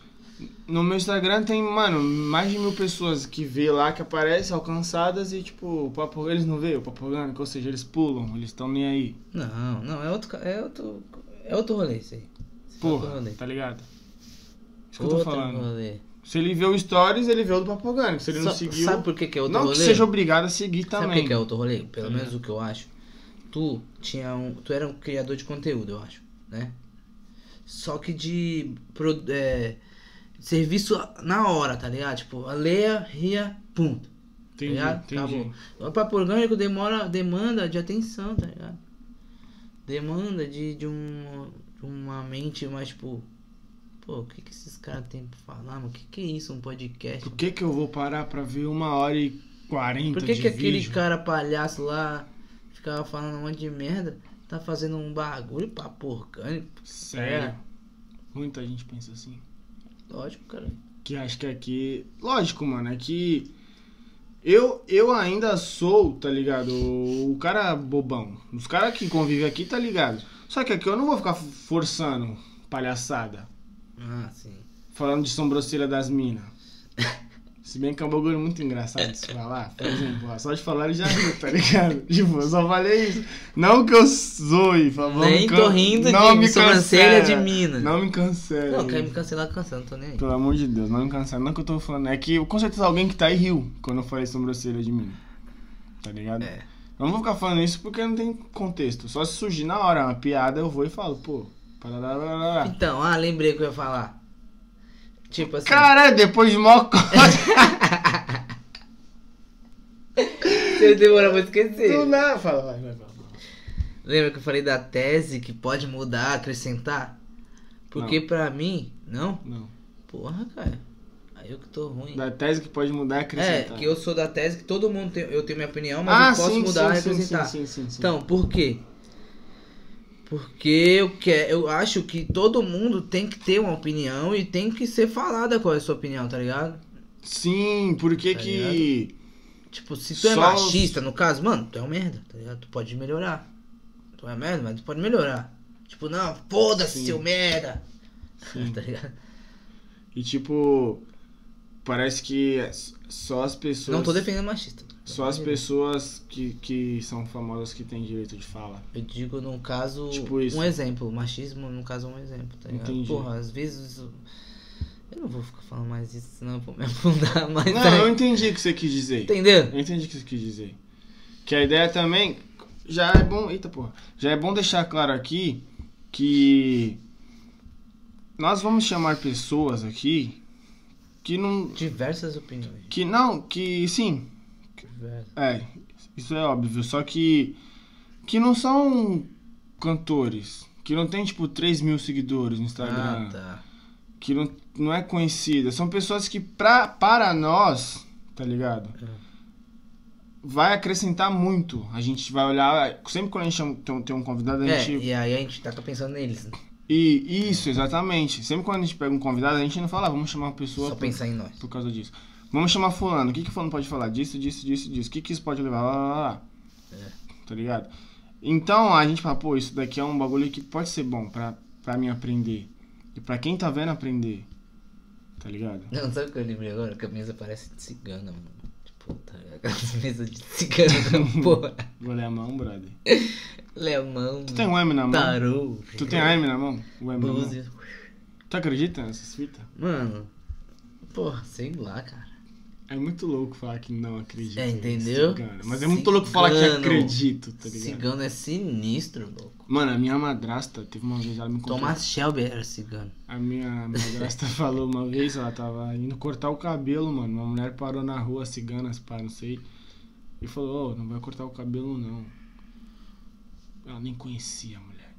[SPEAKER 2] No meu Instagram tem, mano, mais de mil pessoas que vê lá, que aparecem alcançadas e, tipo, o papo, eles não vê o papo orgânico, ou seja, eles pulam, eles estão nem aí.
[SPEAKER 1] Não, não, é outro. ca- É outro, é outro rolê isso aí. Esse é outro
[SPEAKER 2] Porra,
[SPEAKER 1] rolê.
[SPEAKER 2] tá ligado? Isso que eu tô
[SPEAKER 1] Outro
[SPEAKER 2] falando.
[SPEAKER 1] rolê.
[SPEAKER 2] Se ele vê o Stories, ele vê o do papo orgânico. Se ele não
[SPEAKER 1] Só-
[SPEAKER 2] seguiu.
[SPEAKER 1] Sabe por que, que é outro
[SPEAKER 2] não
[SPEAKER 1] rolê?
[SPEAKER 2] que seja obrigado a seguir
[SPEAKER 1] Sabe
[SPEAKER 2] também.
[SPEAKER 1] o que que é outro rolê? Pelo
[SPEAKER 2] Tá
[SPEAKER 1] menos o que eu acho. Tu tinha um. Tu era um criador de conteúdo, eu acho, né? Só que de. pro- é, serviço na hora, tá ligado? Tipo, a leia, ria, ponto.
[SPEAKER 2] Entendi,
[SPEAKER 1] tá ligado?
[SPEAKER 2] entendi.
[SPEAKER 1] Acabou. O papo orgânico demora, demanda de atenção, tá ligado? Demanda de, de, um, de uma mente mais, tipo. Pô, o que, que esses caras têm pra falar, mano? O que, que é isso? Um podcast?
[SPEAKER 2] Por que que eu vou parar pra ver uma hora e quarenta
[SPEAKER 1] Por que,
[SPEAKER 2] de
[SPEAKER 1] que aquele
[SPEAKER 2] vídeo?
[SPEAKER 1] cara palhaço lá ficava falando um monte de merda? Tá fazendo um bagulho pra orgânico?
[SPEAKER 2] Sério? Muita gente pensa assim.
[SPEAKER 1] Lógico, cara.
[SPEAKER 2] Que acho que aqui... Lógico, mano, é que... Eu, eu ainda sou, tá ligado? O cara bobão. Os caras que convivem aqui, tá ligado? Só que aqui eu não vou ficar forçando palhaçada.
[SPEAKER 1] Ah, sim.
[SPEAKER 2] Falando de sobrancelha das minas. Se bem que é um bagulho muito engraçado de se falar. Por exemplo, ó, só de falar ele já riu, tá ligado? Tipo, eu só falei isso. Não que eu zoe, favor.
[SPEAKER 1] Nem tô rindo de sobrancelha de mina.
[SPEAKER 2] Não me cancela.
[SPEAKER 1] Não, quer me cancelar, cancela, não tô nem aí.
[SPEAKER 2] Pelo amor de Deus, não me cancela. Não é que eu tô falando. É que com certeza alguém que tá aí riu quando eu falei sobrancelha de mina. Tá ligado?
[SPEAKER 1] É.
[SPEAKER 2] Eu não vou ficar falando isso porque não tem contexto. Só se surgir na hora uma piada, eu vou e falo, pô. parará, parará.
[SPEAKER 1] Então, ah, lembrei o que eu ia falar. Tipo assim.
[SPEAKER 2] Caralho, depois de mó corte.
[SPEAKER 1] Você demora pra esquecer.
[SPEAKER 2] Do nada. Fala, vai, vai, vai.
[SPEAKER 1] Lembra que eu falei da tese que pode mudar, acrescentar? Porque pra mim, não?
[SPEAKER 2] Não.
[SPEAKER 1] Porra, cara. Aí eu que tô ruim.
[SPEAKER 2] Da tese que pode mudar é
[SPEAKER 1] É,
[SPEAKER 2] acrescentar.
[SPEAKER 1] que eu sou da tese que todo mundo tem. Eu tenho minha opinião, mas
[SPEAKER 2] ah,
[SPEAKER 1] eu posso
[SPEAKER 2] sim,
[SPEAKER 1] mudar
[SPEAKER 2] sim,
[SPEAKER 1] e
[SPEAKER 2] sim,
[SPEAKER 1] acrescentar.
[SPEAKER 2] Sim, sim, sim, sim.
[SPEAKER 1] Então, por quê? Porque eu, que, eu acho que todo mundo tem que ter uma opinião e tem que ser falada qual é a sua opinião, tá ligado?
[SPEAKER 2] Sim, por que
[SPEAKER 1] Tá
[SPEAKER 2] que...
[SPEAKER 1] Tipo, se tu é
[SPEAKER 2] Só os-
[SPEAKER 1] machista, no caso, mano, tu é um merda, tá ligado? Tu pode melhorar. Tu é merda, mas tu pode melhorar. Tipo, não, foda-se,
[SPEAKER 2] Sim.
[SPEAKER 1] seu merda!
[SPEAKER 2] Sim.
[SPEAKER 1] tá ligado?
[SPEAKER 2] E tipo, parece que é s- só as pessoas...
[SPEAKER 1] Não tô defendendo machista.
[SPEAKER 2] Só as pessoas que, que são famosas que têm direito de fala.
[SPEAKER 1] Eu digo, num caso,
[SPEAKER 2] Tipo isso.
[SPEAKER 1] um exemplo. Machismo, no caso, é um exemplo, tá ligado?
[SPEAKER 2] Entendi.
[SPEAKER 1] Porra, às vezes. eu- Eu não vou ficar falando mais isso, senão eu vou me afundar mais.
[SPEAKER 2] Não,
[SPEAKER 1] ainda.
[SPEAKER 2] eu entendi o que você quis dizer.
[SPEAKER 1] Entendeu?
[SPEAKER 2] Eu entendi o que você quis dizer. Que a ideia também já é bom, eita porra, já é bom deixar claro aqui que nós vamos chamar pessoas aqui que não
[SPEAKER 1] Diversas opiniões.
[SPEAKER 2] que não, que sim,
[SPEAKER 1] Diversas.
[SPEAKER 2] é, isso é óbvio, só que que não são cantores, que não tem tipo 3 mil seguidores no Instagram,
[SPEAKER 1] Ah, tá.
[SPEAKER 2] que não, não é conhecida. São pessoas que, pra, para nós, tá ligado?
[SPEAKER 1] É.
[SPEAKER 2] Vai acrescentar muito. A gente vai olhar. Sempre quando a gente chama- tem, tem um convidado, a
[SPEAKER 1] É,
[SPEAKER 2] gente.
[SPEAKER 1] e aí a gente tá pensando neles. né?
[SPEAKER 2] E isso, exatamente. Sempre quando a gente pega um convidado, a gente não fala, "Ah, vamos chamar uma pessoa
[SPEAKER 1] Só
[SPEAKER 2] por,
[SPEAKER 1] pensar em nós.
[SPEAKER 2] por causa disso. Vamos chamar fulano. O que, que fulano pode falar? Disso, disso, disso, disso. O que, que isso pode levar? Lá, lá, lá, lá.
[SPEAKER 1] É.
[SPEAKER 2] Tá ligado? Então a gente fala, pô, isso daqui é um bagulho que pode ser bom pra, pra mim aprender. E pra quem tá vendo aprender. Tá ligado?
[SPEAKER 1] Não, sabe o que eu lembrei agora? Que a mesa parece de cigana, mano. Tipo, tá ligado? Aquelas mesas de cigana da porra.
[SPEAKER 2] Vou é a mão, brother.
[SPEAKER 1] Lemão,
[SPEAKER 2] Tu tem um M na mão?
[SPEAKER 1] tarô.
[SPEAKER 2] Tu tem a M na mão? O M na mão?
[SPEAKER 1] búzios.
[SPEAKER 2] Tu acredita nessas fitas?
[SPEAKER 1] Mano, porra, sei lá, cara.
[SPEAKER 2] É muito louco falar que não acredita.
[SPEAKER 1] É,
[SPEAKER 2] em
[SPEAKER 1] entendeu?
[SPEAKER 2] cigano. Mas é muito louco falar que
[SPEAKER 1] Cigano.
[SPEAKER 2] acredito, tá ligado?
[SPEAKER 1] Cigano é sinistro, louco.
[SPEAKER 2] Mano, a minha madrasta teve uma vez, ela me contou.
[SPEAKER 1] Thomas Shelby era cigano.
[SPEAKER 2] A minha madrasta falou uma vez, ela tava indo cortar o cabelo, mano. Uma mulher parou na rua, ciganas, pá, não sei. E falou, ô, não vai cortar o cabelo não. Ela nem conhecia a mulher.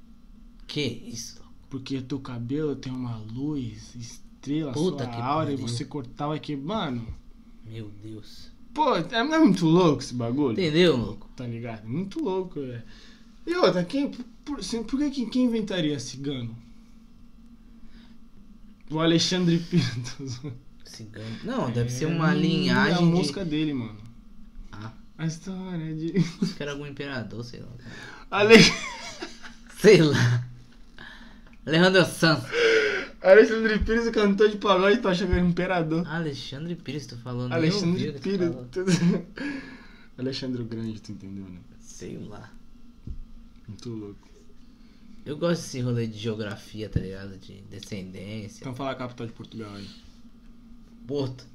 [SPEAKER 1] Que isso?
[SPEAKER 2] Porque teu cabelo tem uma luz, estrela,
[SPEAKER 1] Puta
[SPEAKER 2] sua
[SPEAKER 1] que
[SPEAKER 2] aura, e
[SPEAKER 1] pariu.
[SPEAKER 2] você cortava aqui. Mano,
[SPEAKER 1] Meu Deus.
[SPEAKER 2] pô, é não é muito louco esse bagulho?
[SPEAKER 1] Entendeu, louco?
[SPEAKER 2] Tá ligado? Muito louco, é. E outra, quem, por, por- se- por que, que- quem inventaria cigano? O Alexandre Pinto.
[SPEAKER 1] Cigano. Não, deve ser
[SPEAKER 2] É,
[SPEAKER 1] uma linhagem.
[SPEAKER 2] É a
[SPEAKER 1] de-
[SPEAKER 2] música dele, mano.
[SPEAKER 1] Ah.
[SPEAKER 2] A história de.
[SPEAKER 1] Acho que era algum imperador, sei lá.
[SPEAKER 2] Ale...
[SPEAKER 1] Sei lá. Alejandro Sanz.
[SPEAKER 2] Alexandre Pires, o cantor de pagode, tá achando que é imperador.
[SPEAKER 1] Alexandre Pires, tu falou nem ouvi o
[SPEAKER 2] Alexandre
[SPEAKER 1] que tu
[SPEAKER 2] Pires.
[SPEAKER 1] falou.
[SPEAKER 2] Alexandre o Grande, tu entendeu, né?
[SPEAKER 1] Sei lá.
[SPEAKER 2] Muito louco.
[SPEAKER 1] Eu gosto desse rolê de geografia, tá ligado? De descendência.
[SPEAKER 2] Então fala a capital de Portugal aí.
[SPEAKER 1] Porto.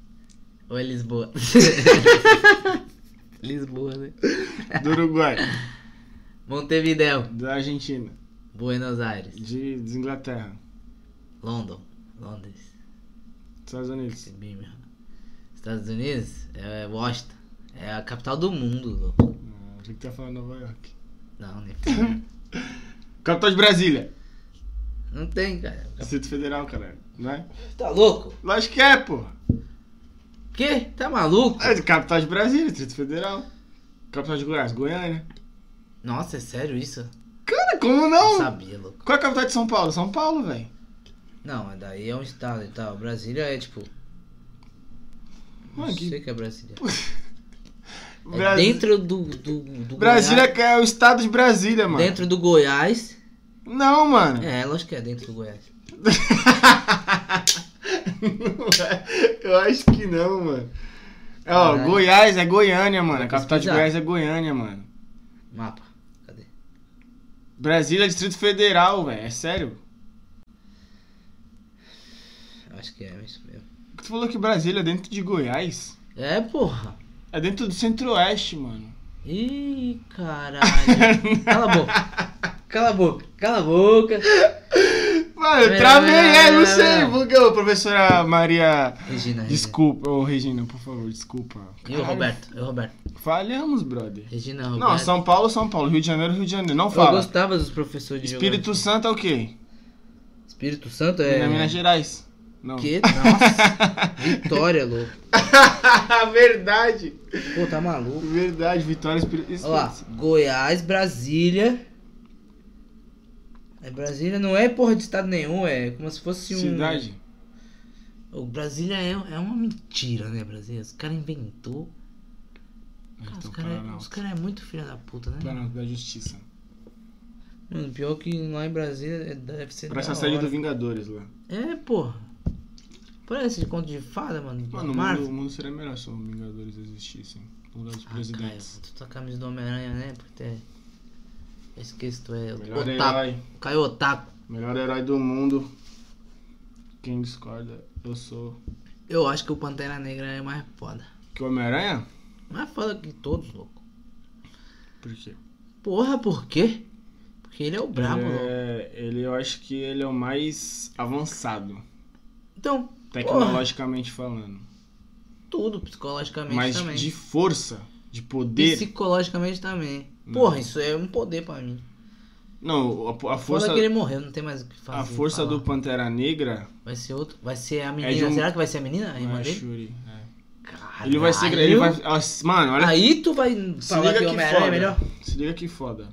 [SPEAKER 1] Ou é Lisboa? Lisboa, né?
[SPEAKER 2] Do Uruguai.
[SPEAKER 1] Montevideo.
[SPEAKER 2] da Argentina.
[SPEAKER 1] Buenos Aires.
[SPEAKER 2] De, de Inglaterra.
[SPEAKER 1] London. Londres.
[SPEAKER 2] Estados Unidos.
[SPEAKER 1] Birmingham. Estados Unidos é Washington. É a capital do mundo, louco.
[SPEAKER 2] Ah, achei que tá falando Nova York.
[SPEAKER 1] Não, né? nem.
[SPEAKER 2] Capital de Brasília.
[SPEAKER 1] Não tem, cara.
[SPEAKER 2] Distrito Federal, caralho. Não é?
[SPEAKER 1] Tá louco?
[SPEAKER 2] Lógico que é, pô.
[SPEAKER 1] Que? Tá maluco?
[SPEAKER 2] É de capital de Brasília, Distrito Federal. Capital de Goiás, Goiânia.
[SPEAKER 1] Nossa, é sério isso?
[SPEAKER 2] Cara, como
[SPEAKER 1] Não
[SPEAKER 2] não?
[SPEAKER 1] sabia, louco.
[SPEAKER 2] Qual é a capital de São Paulo? São Paulo, velho.
[SPEAKER 1] Não, mas daí é um estado e tal. Brasília é tipo. Não
[SPEAKER 2] Mano, que-
[SPEAKER 1] sei que é Brasília. É
[SPEAKER 2] Bras-
[SPEAKER 1] dentro do, do, do
[SPEAKER 2] Brasília que é o estado de Brasília, mano.
[SPEAKER 1] Goiás. Dentro do Goiás.
[SPEAKER 2] Não, mano.
[SPEAKER 1] É, lógico que é dentro do Goiás.
[SPEAKER 2] Não é. Eu acho que não, mano. É, ó,
[SPEAKER 1] Caralho.
[SPEAKER 2] Goiás é Goiânia, mano. A
[SPEAKER 1] Vou
[SPEAKER 2] capital de
[SPEAKER 1] pesquisar.
[SPEAKER 2] Goiás é Goiânia, mano.
[SPEAKER 1] Mapa. Cadê?
[SPEAKER 2] Brasília é Distrito Federal, velho. É sério?
[SPEAKER 1] Acho que é isso mesmo.
[SPEAKER 2] Tu falou que Brasília é dentro de Goiás?
[SPEAKER 1] É, porra.
[SPEAKER 2] É dentro do Centro-Oeste, mano.
[SPEAKER 1] Ih, caralho. Cala a boca. Cala a boca. Cala a boca.
[SPEAKER 2] Mano, eu
[SPEAKER 1] É,
[SPEAKER 2] travei, é, não
[SPEAKER 1] é,
[SPEAKER 2] sei,
[SPEAKER 1] é.
[SPEAKER 2] bugou. Professora Maria.
[SPEAKER 1] Regina. Regina.
[SPEAKER 2] Desculpa, ô Regina, por favor, desculpa.
[SPEAKER 1] E
[SPEAKER 2] Caralho,
[SPEAKER 1] o É. Roberto? E o Roberto?
[SPEAKER 2] Falhamos, brother.
[SPEAKER 1] Regina Roberto.
[SPEAKER 2] Não, São Paulo, São Paulo. Rio de Janeiro, Rio de Janeiro. Não
[SPEAKER 1] Eu
[SPEAKER 2] fala.
[SPEAKER 1] gostava dos professores de
[SPEAKER 2] Espírito
[SPEAKER 1] geografia.
[SPEAKER 2] Santo é o quê?
[SPEAKER 1] Espírito Santo é.
[SPEAKER 2] Na Minas Gerais. Não.
[SPEAKER 1] Que? Nossa. Vitória, louco.
[SPEAKER 2] Ah, Verdade.
[SPEAKER 1] Pô, tá maluco.
[SPEAKER 2] Verdade, Vitória Espírito
[SPEAKER 1] Olha lá. Goiás, Brasília. É Brasília não é porra de estado nenhum, é como se fosse um.
[SPEAKER 2] Cidade.
[SPEAKER 1] O Brasília é, é uma mentira, né, Brasília? Os caras inventou. Cara, os
[SPEAKER 2] Então,
[SPEAKER 1] caras
[SPEAKER 2] Planalto.
[SPEAKER 1] cara é muito filha da puta, né?
[SPEAKER 2] Planalto da Justiça.
[SPEAKER 1] Mano, pior que lá em Brasília é- deve ser.
[SPEAKER 2] Parece
[SPEAKER 1] da
[SPEAKER 2] a série
[SPEAKER 1] hora.
[SPEAKER 2] do Vingadores lá.
[SPEAKER 1] É, porra. Parece de conto de fada, mano.
[SPEAKER 2] Mano, o
[SPEAKER 1] Marvel.
[SPEAKER 2] mundo, o mundo seria melhor se os Vingadores existissem. No lugar dos
[SPEAKER 1] Ah, Caio,
[SPEAKER 2] presidentes.
[SPEAKER 1] tu tá com a camisa do Homem-Aranha, né? Porque é- Esqueci, tu é
[SPEAKER 2] Melhor
[SPEAKER 1] otaku.
[SPEAKER 2] herói.
[SPEAKER 1] Caio Otaku.
[SPEAKER 2] Melhor herói do mundo. Quem discorda, eu sou.
[SPEAKER 1] Eu acho que o Pantera Negra é mais foda.
[SPEAKER 2] Que o Homem-Aranha?
[SPEAKER 1] Mais foda que todos, louco.
[SPEAKER 2] Por quê?
[SPEAKER 1] Porra, por quê? Porque ele é o brabo,
[SPEAKER 2] ele,
[SPEAKER 1] louco.
[SPEAKER 2] é- ele, eu acho que ele é o mais avançado,
[SPEAKER 1] Então,
[SPEAKER 2] tecnologicamente falando.
[SPEAKER 1] tudo, psicologicamente
[SPEAKER 2] Mas
[SPEAKER 1] também.
[SPEAKER 2] de força, de poder.
[SPEAKER 1] Psicologicamente também.
[SPEAKER 2] Não.
[SPEAKER 1] Porra, isso é um poder pra mim.
[SPEAKER 2] Não, a, a
[SPEAKER 1] Força...
[SPEAKER 2] força,
[SPEAKER 1] Foda que ele morreu, não tem mais o que fazer.
[SPEAKER 2] a força
[SPEAKER 1] falar.
[SPEAKER 2] do Pantera Negra
[SPEAKER 1] Vai ser outro. Vai ser a menina.
[SPEAKER 2] de um-
[SPEAKER 1] Será que vai ser a menina? A irmã
[SPEAKER 2] é a
[SPEAKER 1] dele?
[SPEAKER 2] Shuri. é.
[SPEAKER 1] Ah, Caralho.
[SPEAKER 2] Ele vai ser. Ele vai, as- mano, olha.
[SPEAKER 1] Aí tu vai
[SPEAKER 2] se
[SPEAKER 1] falar
[SPEAKER 2] liga
[SPEAKER 1] que o
[SPEAKER 2] que
[SPEAKER 1] Homem-Aranha
[SPEAKER 2] foda.
[SPEAKER 1] é melhor?
[SPEAKER 2] Se liga que foda.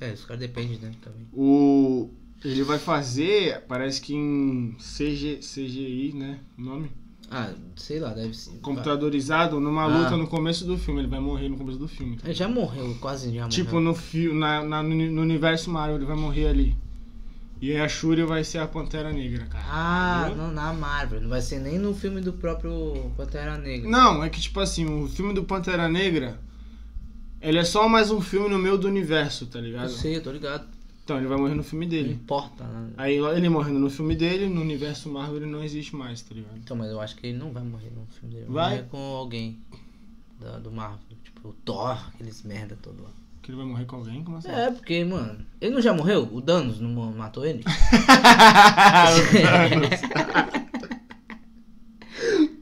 [SPEAKER 1] É, os caras dependem, né? Também.
[SPEAKER 2] O. Ele vai fazer, parece que em CG, CGI, né? O nome?
[SPEAKER 1] Ah, sei lá, deve ser.
[SPEAKER 2] tá- Computadorizado numa luta
[SPEAKER 1] Ah.
[SPEAKER 2] no começo do filme. Ele vai morrer no começo do filme. tá
[SPEAKER 1] Ele já morreu, quase já morreu.
[SPEAKER 2] Tipo, no, fi, na, na- no universo Marvel, ele vai morrer ali. E aí a Shuri vai ser a Pantera Negra, cara.
[SPEAKER 1] Ah,
[SPEAKER 2] Entendeu?
[SPEAKER 1] não, na Marvel. Não vai ser nem no filme do próprio Pantera Negra.
[SPEAKER 2] Não, é que tipo assim, o filme do Pantera Negra, ele é só mais um filme no meio do universo, tá
[SPEAKER 1] Eu
[SPEAKER 2] ligado?
[SPEAKER 1] sei, eu tô ligado.
[SPEAKER 2] Então ele vai morrer no filme
[SPEAKER 1] Não
[SPEAKER 2] dele.
[SPEAKER 1] importa. né?
[SPEAKER 2] Aí ele morrendo no filme dele, no universo Marvel ele não existe mais, tá ligado?
[SPEAKER 1] Então, mas eu acho que ele não vai morrer no filme dele.
[SPEAKER 2] Vai.
[SPEAKER 1] morrer com alguém da- do Marvel. Tipo, o Thor, aqueles merda todo lá.
[SPEAKER 2] Que ele vai morrer com alguém? Como assim?
[SPEAKER 1] É, porque, mano. Ele não já morreu? O Thanos não mo- matou ele?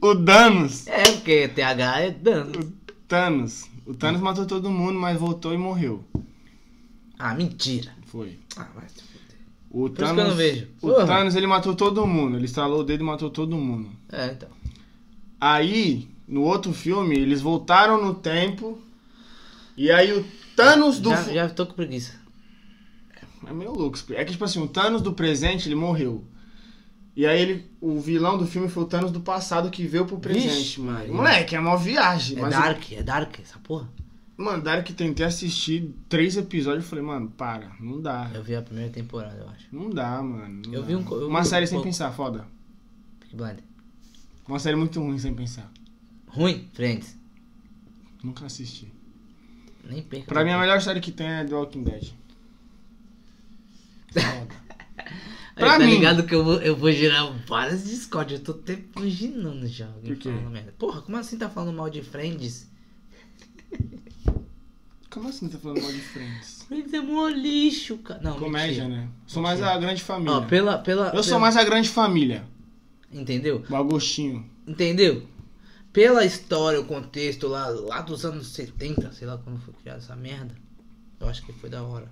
[SPEAKER 2] o Thanos.
[SPEAKER 1] É, porque TH é Thanos.
[SPEAKER 2] O Thanos. O Thanos matou todo mundo, mas voltou e morreu.
[SPEAKER 1] Ah, mentira.
[SPEAKER 2] Foi.
[SPEAKER 1] Ah, vai se fuder.
[SPEAKER 2] O
[SPEAKER 1] que eu
[SPEAKER 2] Thanos,
[SPEAKER 1] não vejo.
[SPEAKER 2] O
[SPEAKER 1] Porra.
[SPEAKER 2] Thanos, ele matou todo mundo. Ele estralou o dedo e matou todo mundo.
[SPEAKER 1] É, então.
[SPEAKER 2] Aí, no outro filme, eles voltaram no tempo. E aí o Thanos do.
[SPEAKER 1] Já,
[SPEAKER 2] fu-
[SPEAKER 1] já tô com preguiça.
[SPEAKER 2] É meio louco. isso. É que, tipo assim, o Thanos do presente, ele morreu. E aí ele, o vilão do filme foi o Thanos do passado que veio pro presente,
[SPEAKER 1] Vixe,
[SPEAKER 2] mano.
[SPEAKER 1] Maria.
[SPEAKER 2] Moleque, é uma viagem.
[SPEAKER 1] É
[SPEAKER 2] mas
[SPEAKER 1] Dark, é Dark essa porra.
[SPEAKER 2] eu- mandaram que tentei assistir três episódios e falei, mano, para, não dá.
[SPEAKER 1] Eu vi a primeira temporada, eu acho.
[SPEAKER 2] Não dá, mano. não
[SPEAKER 1] Eu
[SPEAKER 2] dá.
[SPEAKER 1] vi um co- eu
[SPEAKER 2] Uma
[SPEAKER 1] vi um
[SPEAKER 2] série sem
[SPEAKER 1] pouco.
[SPEAKER 2] pensar, foda.
[SPEAKER 1] Peaky Blinders.
[SPEAKER 2] Uma série muito ruim sem pensar.
[SPEAKER 1] Ruim, Friends.
[SPEAKER 2] Nunca assisti.
[SPEAKER 1] Nem perca.
[SPEAKER 2] Pra mim, a melhor série que tem é The Walking Dead. Foda.
[SPEAKER 1] Aí,
[SPEAKER 2] pra
[SPEAKER 1] tá
[SPEAKER 2] mim.
[SPEAKER 1] ligado que eu vou, eu vou gerar várias discórdias. Eu tô até imaginando já alguém
[SPEAKER 2] Por quê?
[SPEAKER 1] falando merda. Porra, como assim tá falando mal de Friends?
[SPEAKER 2] Como assim tá falando mal de Friends?
[SPEAKER 1] Friends é mó lixo, cara. Não,
[SPEAKER 2] Comédia,
[SPEAKER 1] mentira.
[SPEAKER 2] né? Sou mais
[SPEAKER 1] Mentira.
[SPEAKER 2] a grande família.
[SPEAKER 1] é? Ó, pela, pela,
[SPEAKER 2] Eu sou
[SPEAKER 1] pela-
[SPEAKER 2] mais a grande família.
[SPEAKER 1] Entendeu?
[SPEAKER 2] O Agostinho.
[SPEAKER 1] Entendeu? Pela história, o contexto lá, lá dos anos 70, sei lá quando foi criada essa merda. Eu acho que foi da hora.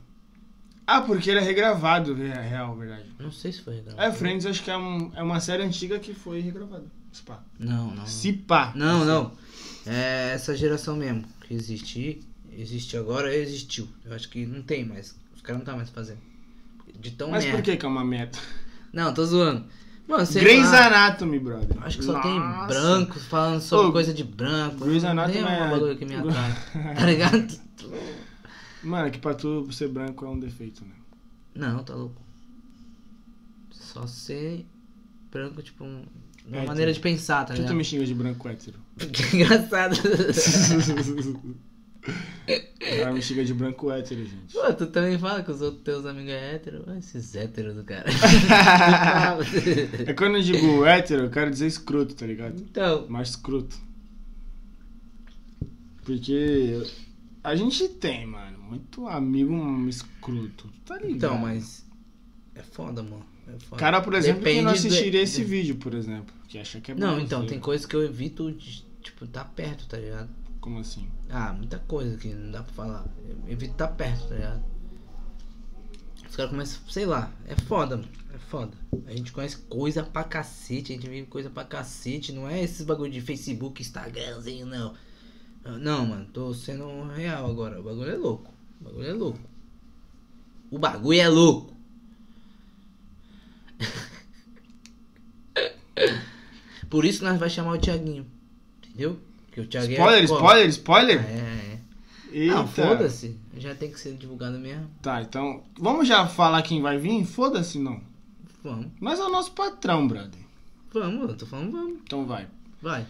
[SPEAKER 2] Ah, porque ele é regravado, é real, verdade.
[SPEAKER 1] Não sei se foi regravado.
[SPEAKER 2] É, Friends acho que é, um- é uma série antiga que foi regravada. Se pá.
[SPEAKER 1] Não, não.
[SPEAKER 2] Se pá.
[SPEAKER 1] Ah. Não, não. É essa geração mesmo que existe, existe agora, existiu. Eu acho que não tem mais. Os caras não tá mais fazendo. De tão
[SPEAKER 2] Mas
[SPEAKER 1] merda.
[SPEAKER 2] por que que é uma meta?
[SPEAKER 1] Não, tô zoando. Mano, sei
[SPEAKER 2] Grey's
[SPEAKER 1] lá,
[SPEAKER 2] Anatomy, brother.
[SPEAKER 1] Acho que só tem
[SPEAKER 2] Nossa.
[SPEAKER 1] brancos falando sobre
[SPEAKER 2] Ô,
[SPEAKER 1] coisa de branco.
[SPEAKER 2] Grey's
[SPEAKER 1] Não
[SPEAKER 2] Anatomy
[SPEAKER 1] tem
[SPEAKER 2] é-
[SPEAKER 1] um bagulho que me atrai. tá ligado?
[SPEAKER 2] Mano, é que pra tu ser branco é um defeito, né?
[SPEAKER 1] Não, tá louco. Só ser branco, tipo, um- uma
[SPEAKER 2] É,
[SPEAKER 1] maneira
[SPEAKER 2] tu-
[SPEAKER 1] de pensar, tá
[SPEAKER 2] tu
[SPEAKER 1] ligado?
[SPEAKER 2] também xinga de branco hétero.
[SPEAKER 1] Que engraçado. É,
[SPEAKER 2] Ela me xinga de branco hétero, gente.
[SPEAKER 1] Pô, tu também fala que os outros teus amigos é hétero. Ah, Esses héteros do cara. Tu fala.
[SPEAKER 2] É quando eu digo hétero, eu quero dizer escroto, tá ligado?
[SPEAKER 1] então,
[SPEAKER 2] Mais escroto. Porque a gente tem, mano, muito amigo escroto, tá ligado?
[SPEAKER 1] então, mas. É foda, mano. É foda.
[SPEAKER 2] Cara, por exemplo, que não
[SPEAKER 1] Depende do-
[SPEAKER 2] assistiria esse
[SPEAKER 1] do-
[SPEAKER 2] vídeo, por exemplo. Que acha que é
[SPEAKER 1] Não,
[SPEAKER 2] branco,
[SPEAKER 1] então,
[SPEAKER 2] né?
[SPEAKER 1] tem coisas que eu evito de, tipo, tá perto, tá ligado?
[SPEAKER 2] Como assim?
[SPEAKER 1] Ah, muita coisa que não dá pra falar. Eu evito tá perto, tá ligado? Os caras começam, sei lá, é foda, mano. É foda. A gente conhece coisa pra cacete, a gente vive coisa pra cacete, não é esses bagulho de Facebook, Instagramzinho, não. Não, mano, tô sendo real agora. O bagulho é louco. O bagulho é louco. O bagulho é louco. Por isso nós vai chamar o Thiaguinho. Entendeu? Porque o Thiaguinho
[SPEAKER 2] Spoiler,
[SPEAKER 1] é
[SPEAKER 2] spoiler, spoiler?
[SPEAKER 1] é, é.
[SPEAKER 2] Eita.
[SPEAKER 1] Não, foda-se. Já tem que ser divulgado mesmo.
[SPEAKER 2] Tá, então, vamos já falar quem vai vir? Foda-se, não.
[SPEAKER 1] Vamos.
[SPEAKER 2] Mas é o nosso patrão, brother.
[SPEAKER 1] Vamos, eu tô falando vamos.
[SPEAKER 2] Então vai.
[SPEAKER 1] Vai.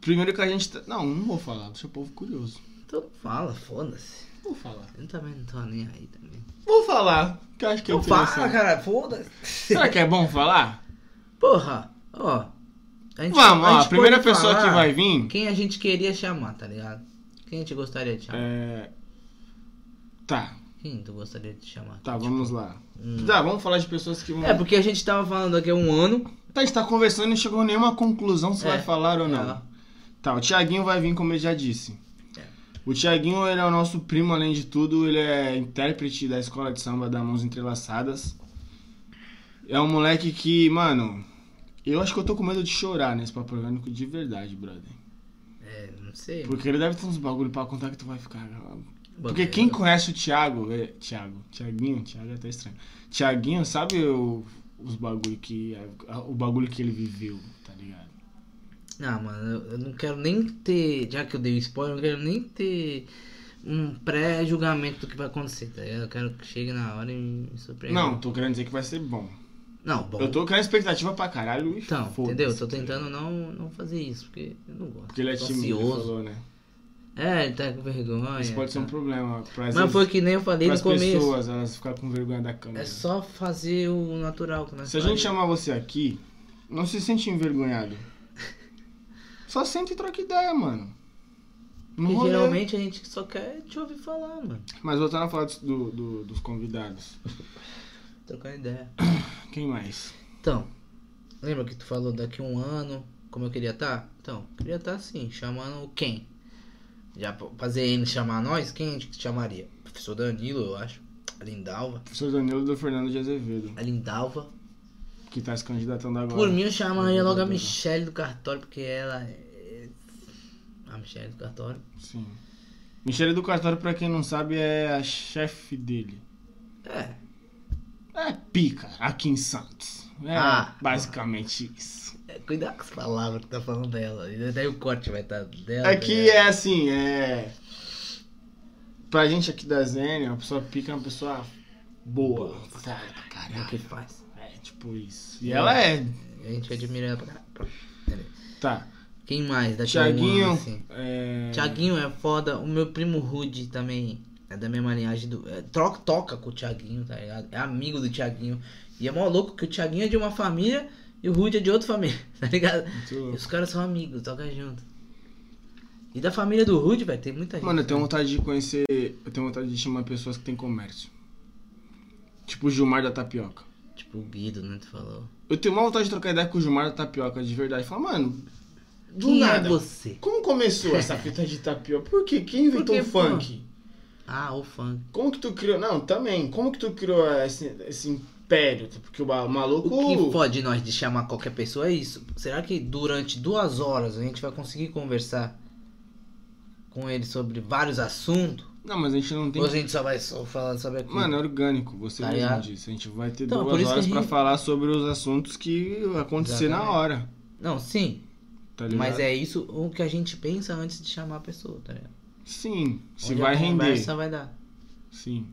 [SPEAKER 2] Primeiro que a gente. tá- Não, não vou falar, deixa o povo curioso.
[SPEAKER 1] Então fala, foda-se.
[SPEAKER 2] Vou falar.
[SPEAKER 1] Eu também não tô nem aí também.
[SPEAKER 2] Vou falar, que eu acho que é
[SPEAKER 1] Então fala,
[SPEAKER 2] interessante.
[SPEAKER 1] cara, foda-se.
[SPEAKER 2] Será que é bom falar?
[SPEAKER 1] Porra, ó. A gente,
[SPEAKER 2] Vamos, ó, a
[SPEAKER 1] gente
[SPEAKER 2] primeira
[SPEAKER 1] pode
[SPEAKER 2] pessoa
[SPEAKER 1] falar
[SPEAKER 2] que vai vir.
[SPEAKER 1] Quem a gente queria chamar, tá ligado? Quem a gente gostaria de chamar?
[SPEAKER 2] É. Tá,
[SPEAKER 1] Quem tu gostaria de chamar?
[SPEAKER 2] tá, vamos lá.
[SPEAKER 1] Hum.
[SPEAKER 2] Tá, vamos falar de pessoas que vão.
[SPEAKER 1] É, porque a gente tava falando aqui há um ano.
[SPEAKER 2] Tá, a gente tá conversando e não chegou a nenhuma conclusão se
[SPEAKER 1] É.
[SPEAKER 2] vai falar ou não.
[SPEAKER 1] Ah.
[SPEAKER 2] Tá, o Tiaguinho vai vir, como eu já disse.
[SPEAKER 1] É.
[SPEAKER 2] O Tiaguinho, ele é o nosso primo, além de tudo, ele é intérprete da escola de samba da Mãos Entrelaçadas. É um moleque que, mano, eu acho que eu tô com medo de chorar nesse papo orgânico de verdade, brother.
[SPEAKER 1] É, não sei.
[SPEAKER 2] Porque ele deve ter uns bagulho pra contar que tu vai ficar. Porque
[SPEAKER 1] Bagulho.
[SPEAKER 2] quem conhece o Thiago, é, Thiago, Thiaguinho, Thiago é até estranho. Thiaguinho sabe o- os bagulho que a- o bagulho que ele viveu, tá ligado?
[SPEAKER 1] Não, Ah, mano, eu, eu não quero nem ter. Já que eu dei um spoiler, eu não quero nem ter um pré-julgamento do que vai acontecer, tá ligado? Eu quero que chegue na hora e me surpreenda.
[SPEAKER 2] Não, tô querendo dizer que vai ser bom.
[SPEAKER 1] Não, bom.
[SPEAKER 2] Eu tô com a expectativa pra caralho e
[SPEAKER 1] Então,
[SPEAKER 2] foda-se,
[SPEAKER 1] entendeu? Eu tô
[SPEAKER 2] tá ligado?
[SPEAKER 1] tentando não, não fazer isso, porque eu não gosto.
[SPEAKER 2] Porque ele é
[SPEAKER 1] tô
[SPEAKER 2] tímido, ele
[SPEAKER 1] ansioso.
[SPEAKER 2] falou, né?
[SPEAKER 1] É, ele tá com vergonha.
[SPEAKER 2] Isso pode ser um
[SPEAKER 1] tá.
[SPEAKER 2] problema para
[SPEAKER 1] Mas foi que nem eu falei no
[SPEAKER 2] as
[SPEAKER 1] começo.
[SPEAKER 2] pessoas, elas ficarem com vergonha da câmera.
[SPEAKER 1] É só fazer o natural que nós
[SPEAKER 2] Se a gente
[SPEAKER 1] fazemos.
[SPEAKER 2] chamar você aqui, não se sente envergonhado. Só sente e troca ideia, mano. No
[SPEAKER 1] Porque
[SPEAKER 2] rolê.
[SPEAKER 1] geralmente a gente só quer te ouvir falar, mano.
[SPEAKER 2] Mas voltando a falar dos- do- do- dos convidados.
[SPEAKER 1] Trocar ideia.
[SPEAKER 2] Quem mais?
[SPEAKER 1] Então, lembra que tu tá? falou daqui a um ano como eu queria estar? Então, queria estar assim, chamando quem? Já pra pra ZN chamar nós, quem te chamaria? Professor Danilo, eu acho. A Lindalva.
[SPEAKER 2] Professor Danilo do Fernando de Azevedo,
[SPEAKER 1] A Lindalva.
[SPEAKER 2] que tá se candidatando agora.
[SPEAKER 1] Por mim, eu chamaria logo a
[SPEAKER 2] Lindalva.
[SPEAKER 1] Michelle do Cartório, porque ela é. A Michelle do Cartório.
[SPEAKER 2] Sim. Michele do Cartório, pra quem não sabe, é a chefe dele.
[SPEAKER 1] É.
[SPEAKER 2] É pica aqui em Santos. É
[SPEAKER 1] Ah.
[SPEAKER 2] basicamente isso.
[SPEAKER 1] é, Cuidado com as palavras que tá falando dela. E Daí o corte vai estar dela. tá
[SPEAKER 2] É que é assim, é. Pra gente aqui da Zênia, uma pessoa pica é uma pessoa boa. Tá,
[SPEAKER 1] É o
[SPEAKER 2] caralho.
[SPEAKER 1] que faz.
[SPEAKER 2] É tipo isso. E ela é.
[SPEAKER 1] A gente admira ela pra caralho.
[SPEAKER 2] Tá.
[SPEAKER 1] Quem mais? Daqui A um
[SPEAKER 2] Tiaguinho.
[SPEAKER 1] ano, assim.
[SPEAKER 2] É...
[SPEAKER 1] Tiaguinho é foda. O meu primo Rude também é da mesma linhagem do. é, troca, toca com o Tiaguinho, tá ligado? É amigo do Tiaguinho. E é mó louco que o Tiaguinho é de uma família e o Rude é de outra família, tá ligado?
[SPEAKER 2] Muito
[SPEAKER 1] E
[SPEAKER 2] louco.
[SPEAKER 1] os caras são amigos, tocam junto. E da família do Rude, velho, tem muita gente. né?
[SPEAKER 2] Mano, eu tenho vontade de conhecer. Eu tenho vontade de chamar pessoas que têm comércio. Tipo o Gilmar da Tapioca.
[SPEAKER 1] Tipo o Guido, né? Tu falou.
[SPEAKER 2] Eu tenho uma vontade de trocar ideia com o Gilmar da Tapioca, de verdade. Falar, mano, do
[SPEAKER 1] Quem
[SPEAKER 2] nada.
[SPEAKER 1] é você?
[SPEAKER 2] Como começou essa fita de tapioca? Por quê? Quem
[SPEAKER 1] Por
[SPEAKER 2] inventou
[SPEAKER 1] que,
[SPEAKER 2] o funk?
[SPEAKER 1] Ah, o funk.
[SPEAKER 2] Como que tu criou. Não, também. Como que tu criou esse, esse império? Porque o ba- maluco.
[SPEAKER 1] O que pode nós de chamar qualquer pessoa é isso. Será que durante duas horas a gente vai conseguir conversar com ele sobre vários assuntos?
[SPEAKER 2] Não, mas a gente não tem.
[SPEAKER 1] Ou a gente só vai só falar sobre aquilo?
[SPEAKER 2] Mano, é orgânico, você
[SPEAKER 1] Tá
[SPEAKER 2] mesmo
[SPEAKER 1] ligado?
[SPEAKER 2] disse. A gente vai ter
[SPEAKER 1] Então, é por
[SPEAKER 2] duas
[SPEAKER 1] isso que
[SPEAKER 2] horas
[SPEAKER 1] a
[SPEAKER 2] pra
[SPEAKER 1] gente-
[SPEAKER 2] falar sobre os assuntos que acontecer na
[SPEAKER 1] Exatamente.
[SPEAKER 2] hora.
[SPEAKER 1] Não, sim.
[SPEAKER 2] Tá ligado?
[SPEAKER 1] Mas é isso o que a gente pensa antes de chamar a pessoa, tá ligado?
[SPEAKER 2] Sim, se
[SPEAKER 1] Onde
[SPEAKER 2] vai
[SPEAKER 1] a
[SPEAKER 2] render.
[SPEAKER 1] conversa vai dar.
[SPEAKER 2] Sim.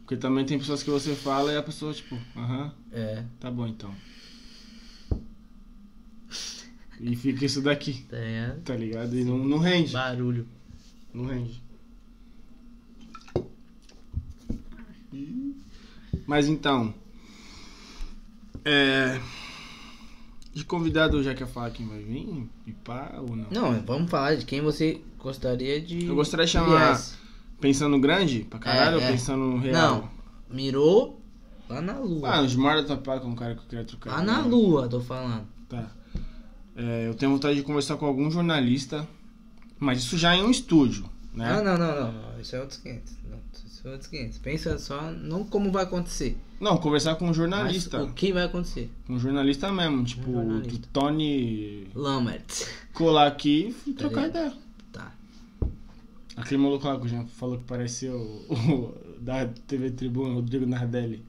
[SPEAKER 2] Porque também tem pessoas que você fala e a pessoa, tipo, aham,
[SPEAKER 1] É,
[SPEAKER 2] tá bom então. E fica isso daqui,
[SPEAKER 1] tá ligado?
[SPEAKER 2] tá ligado? E não, não rende.
[SPEAKER 1] Barulho.
[SPEAKER 2] Não rende. Mas então. É. De convidado já quer falar quem vai vir? E pá ou não?
[SPEAKER 1] Não, vamos falar de quem você gostaria de.
[SPEAKER 2] Eu gostaria de
[SPEAKER 1] que
[SPEAKER 2] chamar-
[SPEAKER 1] viesse.
[SPEAKER 2] Pensando grande? Pra caralho?
[SPEAKER 1] É,
[SPEAKER 2] ou
[SPEAKER 1] é.
[SPEAKER 2] pensando real?
[SPEAKER 1] Não, mirou lá na lua.
[SPEAKER 2] Ah, o Gilmar da Tapioca é um cara que eu queria trocar.
[SPEAKER 1] lá Tá na
[SPEAKER 2] ideia.
[SPEAKER 1] lua, tô falando.
[SPEAKER 2] Tá. É, eu tenho vontade de conversar com algum jornalista, mas isso já em um estúdio,
[SPEAKER 1] Ah, Não,
[SPEAKER 2] né?
[SPEAKER 1] não, não, não, não. Isso é outros 500. Não, isso é outros 500. Pensa só não como vai acontecer,
[SPEAKER 2] Não, conversar com um jornalista.
[SPEAKER 1] mas o que vai acontecer.
[SPEAKER 2] Com um jornalista mesmo, tipo,
[SPEAKER 1] jornalista.
[SPEAKER 2] do Tony
[SPEAKER 1] Lambert.
[SPEAKER 2] colar aqui e trocar
[SPEAKER 1] ligado?
[SPEAKER 2] ideia.
[SPEAKER 1] Tá.
[SPEAKER 2] Aquele maluco lá que o Jean falou que parecia o, o- da TV Tribuna, Rodrigo Nardelli.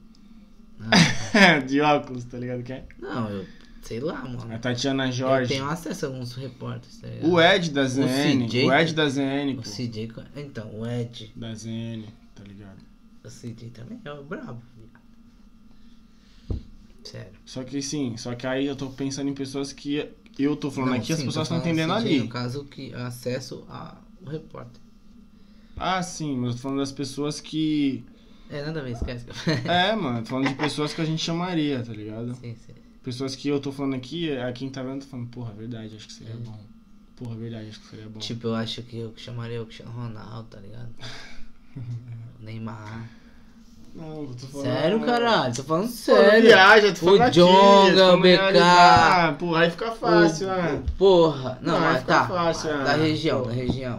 [SPEAKER 1] Ah,
[SPEAKER 2] de óculos, tá ligado que é?
[SPEAKER 1] não, eu sei lá,
[SPEAKER 2] A
[SPEAKER 1] mano.
[SPEAKER 2] Tatiana
[SPEAKER 1] Eu
[SPEAKER 2] Jorge.
[SPEAKER 1] tenho acesso a alguns repórteres, tá ligado?
[SPEAKER 2] O Ed da ZN.
[SPEAKER 1] CJ,
[SPEAKER 2] O Ed da ZN,
[SPEAKER 1] O
[SPEAKER 2] pô.
[SPEAKER 1] CJ. co- Então, o Ed.
[SPEAKER 2] Da ZN, tá ligado?
[SPEAKER 1] O CJ também é o brabo, viado. Sério.
[SPEAKER 2] Só que sim, só que aí eu tô pensando em pessoas que eu tô falando aqui, as
[SPEAKER 1] sim,
[SPEAKER 2] pessoas
[SPEAKER 1] tô
[SPEAKER 2] estão
[SPEAKER 1] falando
[SPEAKER 2] entendendo
[SPEAKER 1] CJ,
[SPEAKER 2] ali.
[SPEAKER 1] No caso, que acesso ao repórter.
[SPEAKER 2] Ah, sim, mas eu tô falando das pessoas que.
[SPEAKER 1] É, nada a ver, esquece.
[SPEAKER 2] É, mano, tô falando de pessoas que a gente chamaria, tá ligado?
[SPEAKER 1] sim, sim.
[SPEAKER 2] Pessoas que eu tô falando aqui, a quem tá vendo tá falando, porra, verdade, acho que seria
[SPEAKER 1] É.
[SPEAKER 2] bom. Porra, verdade, acho que seria bom.
[SPEAKER 1] Tipo, eu acho que eu chamaria o Cristiano Ronaldo, tá ligado? O Neymar.
[SPEAKER 2] Não, eu tô falando.
[SPEAKER 1] Sério, caralho? Tô falando
[SPEAKER 2] Tô falando
[SPEAKER 1] sério.
[SPEAKER 2] Viagem, tô
[SPEAKER 1] O
[SPEAKER 2] falando aqui, tô
[SPEAKER 1] Jonga,
[SPEAKER 2] falando
[SPEAKER 1] o BK.
[SPEAKER 2] realidade. Ah, Porra, aí fica fácil,
[SPEAKER 1] O-
[SPEAKER 2] né?
[SPEAKER 1] Porra. Não,
[SPEAKER 2] Não,
[SPEAKER 1] mas
[SPEAKER 2] fica
[SPEAKER 1] tá.
[SPEAKER 2] fácil,
[SPEAKER 1] da
[SPEAKER 2] ah,
[SPEAKER 1] região,
[SPEAKER 2] pô.
[SPEAKER 1] da região.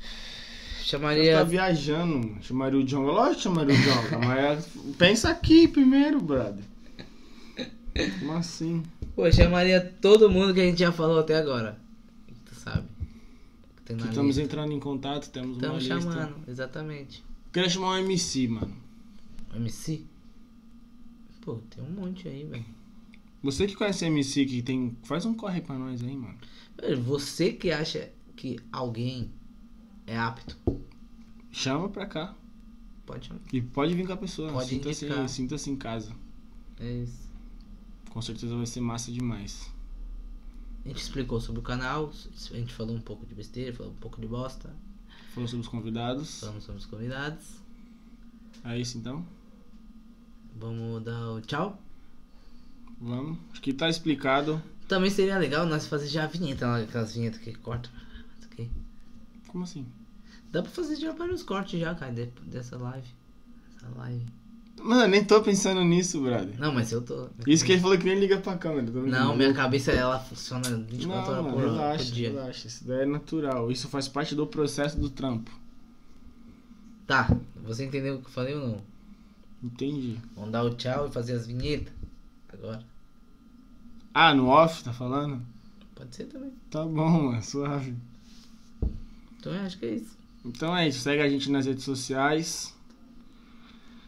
[SPEAKER 2] Você tá
[SPEAKER 1] Chamaria.
[SPEAKER 2] viajando, mano. Chamaria o Jonga. Lógico que chamaria o Jonga, mas pensa aqui primeiro, brother. Como assim?
[SPEAKER 1] Pô, chamaria todo mundo que a gente já falou até agora. Tu sabe. Que tem na
[SPEAKER 2] Que estamos
[SPEAKER 1] lista.
[SPEAKER 2] entrando em contato, temos uma
[SPEAKER 1] Estamos
[SPEAKER 2] lista.
[SPEAKER 1] chamando, exatamente.
[SPEAKER 2] Queria chamar um MC, mano.
[SPEAKER 1] O MC? Pô, tem um monte aí, velho.
[SPEAKER 2] Você que conhece MC que tem. Faz um corre pra nós aí, mano.
[SPEAKER 1] Velho, Você que acha que alguém é apto,
[SPEAKER 2] Chama pra cá.
[SPEAKER 1] pode chamar.
[SPEAKER 2] E pode vir com a pessoa.
[SPEAKER 1] Pode
[SPEAKER 2] Sinta-se
[SPEAKER 1] indicar.
[SPEAKER 2] sinta-se em casa.
[SPEAKER 1] É isso.
[SPEAKER 2] Com certeza vai ser massa demais.
[SPEAKER 1] A gente explicou sobre o canal, a gente falou um pouco de besteira, falou um pouco de bosta,
[SPEAKER 2] Falou sobre os convidados.
[SPEAKER 1] falamos sobre os convidados.
[SPEAKER 2] É isso então.
[SPEAKER 1] Vamos dar o tchau.
[SPEAKER 2] Vamos. Acho que tá explicado.
[SPEAKER 1] Também seria legal nós fazer já a vinheta lá, aquelas vinhetas que corta. ok?
[SPEAKER 2] Como assim?
[SPEAKER 1] Dá pra fazer já vários cortes já, cara, de- dessa live. Essa live.
[SPEAKER 2] Mano, eu nem tô pensando nisso, brother.
[SPEAKER 1] Não, mas eu tô.
[SPEAKER 2] Isso que é ele falou que nem liga pra câmera. Tá
[SPEAKER 1] Não, minha cabeça ela funciona 24
[SPEAKER 2] Não,
[SPEAKER 1] horas
[SPEAKER 2] mano,
[SPEAKER 1] por,
[SPEAKER 2] relaxa,
[SPEAKER 1] por dia.
[SPEAKER 2] relaxa. Isso daí é natural. Isso faz parte do processo do trampo.
[SPEAKER 1] Tá, você entendeu o que eu falei ou não?
[SPEAKER 2] Entendi.
[SPEAKER 1] Vamos dar o tchau e fazer as vinhetas. Agora.
[SPEAKER 2] Ah, no off, tá falando?
[SPEAKER 1] Pode ser também.
[SPEAKER 2] Tá bom, mano, suave.
[SPEAKER 1] Então eu acho que é isso.
[SPEAKER 2] Então é isso, segue a gente nas redes sociais.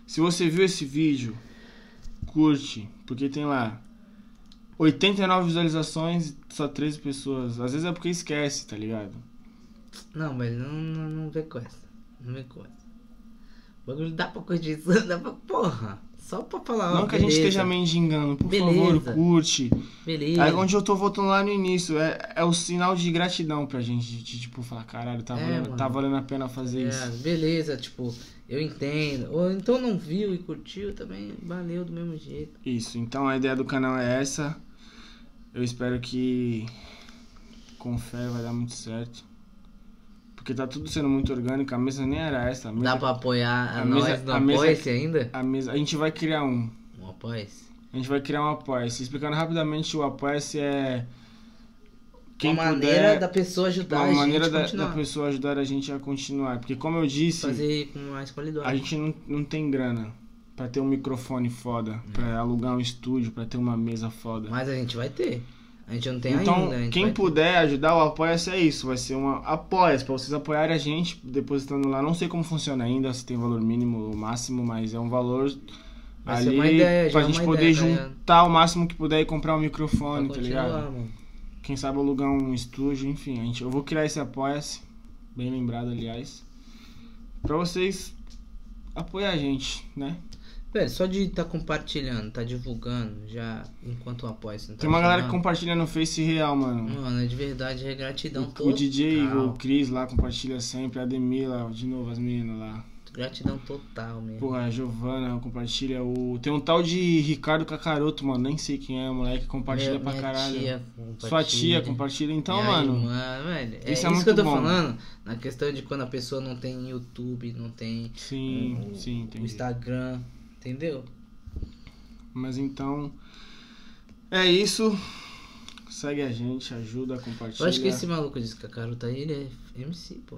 [SPEAKER 2] Se você viu esse vídeo, curte, porque tem lá 89 visualizações, só 13 pessoas. Às vezes é porque esquece, tá ligado?
[SPEAKER 1] Não, velho, não, não, não vê com essa. Não vê com essa. O bagulho dá pra curtir isso, dá pra. Porra! Só pra falar. ó,
[SPEAKER 2] Não que a gente
[SPEAKER 1] Ah, beleza,
[SPEAKER 2] esteja mendigando, por
[SPEAKER 1] Beleza.
[SPEAKER 2] favor, curte.
[SPEAKER 1] Beleza.
[SPEAKER 2] Aí onde eu tô voltando lá no início, é, é o sinal de gratidão pra gente, de, de, tipo, falar, caralho, tá,
[SPEAKER 1] É,
[SPEAKER 2] valendo,
[SPEAKER 1] mano.
[SPEAKER 2] tá valendo a pena fazer
[SPEAKER 1] É,
[SPEAKER 2] isso.
[SPEAKER 1] beleza, tipo, eu entendo. Ou então não viu e curtiu também, valeu do mesmo jeito.
[SPEAKER 2] Isso, então a ideia do canal é essa. Eu espero que com fé vai dar muito certo. Porque tá tudo sendo muito orgânico, a mesa nem era essa. A mesa,
[SPEAKER 1] Dá pra apoiar a,
[SPEAKER 2] a
[SPEAKER 1] nós
[SPEAKER 2] mesa-
[SPEAKER 1] no
[SPEAKER 2] a mesa-
[SPEAKER 1] apoia-se ainda?
[SPEAKER 2] a, mesa, a gente vai criar um.
[SPEAKER 1] Não apoia-se.
[SPEAKER 2] A gente vai criar um apoia-se. Explicando rapidamente, o apoia-se é. Quem
[SPEAKER 1] uma maneira
[SPEAKER 2] puder,
[SPEAKER 1] da pessoa ajudar
[SPEAKER 2] uma
[SPEAKER 1] a
[SPEAKER 2] maneira
[SPEAKER 1] gente a
[SPEAKER 2] da,
[SPEAKER 1] continuar.
[SPEAKER 2] da pessoa ajudar a gente a continuar. Porque como eu disse,
[SPEAKER 1] Fazer com mais
[SPEAKER 2] a
[SPEAKER 1] qualidade.
[SPEAKER 2] gente não, não tem grana pra ter um microfone foda, pra alugar um estúdio, pra ter uma mesa foda.
[SPEAKER 1] É. Mas a gente vai ter. A gente não tem
[SPEAKER 2] então,
[SPEAKER 1] ainda. a gente
[SPEAKER 2] quem
[SPEAKER 1] vai ter.
[SPEAKER 2] puder ajudar o Apoia-se é isso. Vai ser uma Apoia-se, pra vocês apoiarem a gente, depositando lá. Não sei como funciona ainda, se tem valor mínimo ou máximo, mas é um valor
[SPEAKER 1] Vai ser
[SPEAKER 2] ali
[SPEAKER 1] uma ideia, já
[SPEAKER 2] pra
[SPEAKER 1] é
[SPEAKER 2] gente
[SPEAKER 1] uma
[SPEAKER 2] poder
[SPEAKER 1] ideia, tá
[SPEAKER 2] juntar o máximo que puder e comprar um
[SPEAKER 1] Pra
[SPEAKER 2] microfone, tá
[SPEAKER 1] continuar,
[SPEAKER 2] ligado?
[SPEAKER 1] mano.
[SPEAKER 2] Quem sabe alugar um estúdio, enfim. A gente, eu vou criar esse Apoia-se, bem lembrado, aliás, pra vocês apoiar a gente, né?
[SPEAKER 1] Velho, só de tá compartilhando, tá divulgando, já enquanto o apoia se não tá
[SPEAKER 2] Tem uma galera que
[SPEAKER 1] funcionando.
[SPEAKER 2] compartilha no Face real, mano.
[SPEAKER 1] Mano, é de verdade, é gratidão
[SPEAKER 2] O-
[SPEAKER 1] total.
[SPEAKER 2] o DJ, o Cris lá compartilha sempre, a Demila, de novo as meninas lá.
[SPEAKER 1] Gratidão total mesmo.
[SPEAKER 2] Porra, a Giovana compartilha o. Tem um tal de Ricardo Cacaroto, mano, nem sei quem é, moleque, compartilha
[SPEAKER 1] Meu-
[SPEAKER 2] pra
[SPEAKER 1] minha
[SPEAKER 2] caralho.
[SPEAKER 1] tia
[SPEAKER 2] Sua tia compartilha, então,
[SPEAKER 1] Minha
[SPEAKER 2] mano.
[SPEAKER 1] irmã, velho, é
[SPEAKER 2] isso
[SPEAKER 1] isso,
[SPEAKER 2] é muito
[SPEAKER 1] que eu tô
[SPEAKER 2] bom.
[SPEAKER 1] falando. Na questão de quando a pessoa não tem YouTube, não tem
[SPEAKER 2] Sim,
[SPEAKER 1] o-
[SPEAKER 2] sim,
[SPEAKER 1] o
[SPEAKER 2] entendi.
[SPEAKER 1] Instagram, entendeu?
[SPEAKER 2] Mas então. É isso. Segue a gente, ajuda, compartilha.
[SPEAKER 1] Eu acho que esse maluco disse que a Carol tá aí, ele é MC, pô.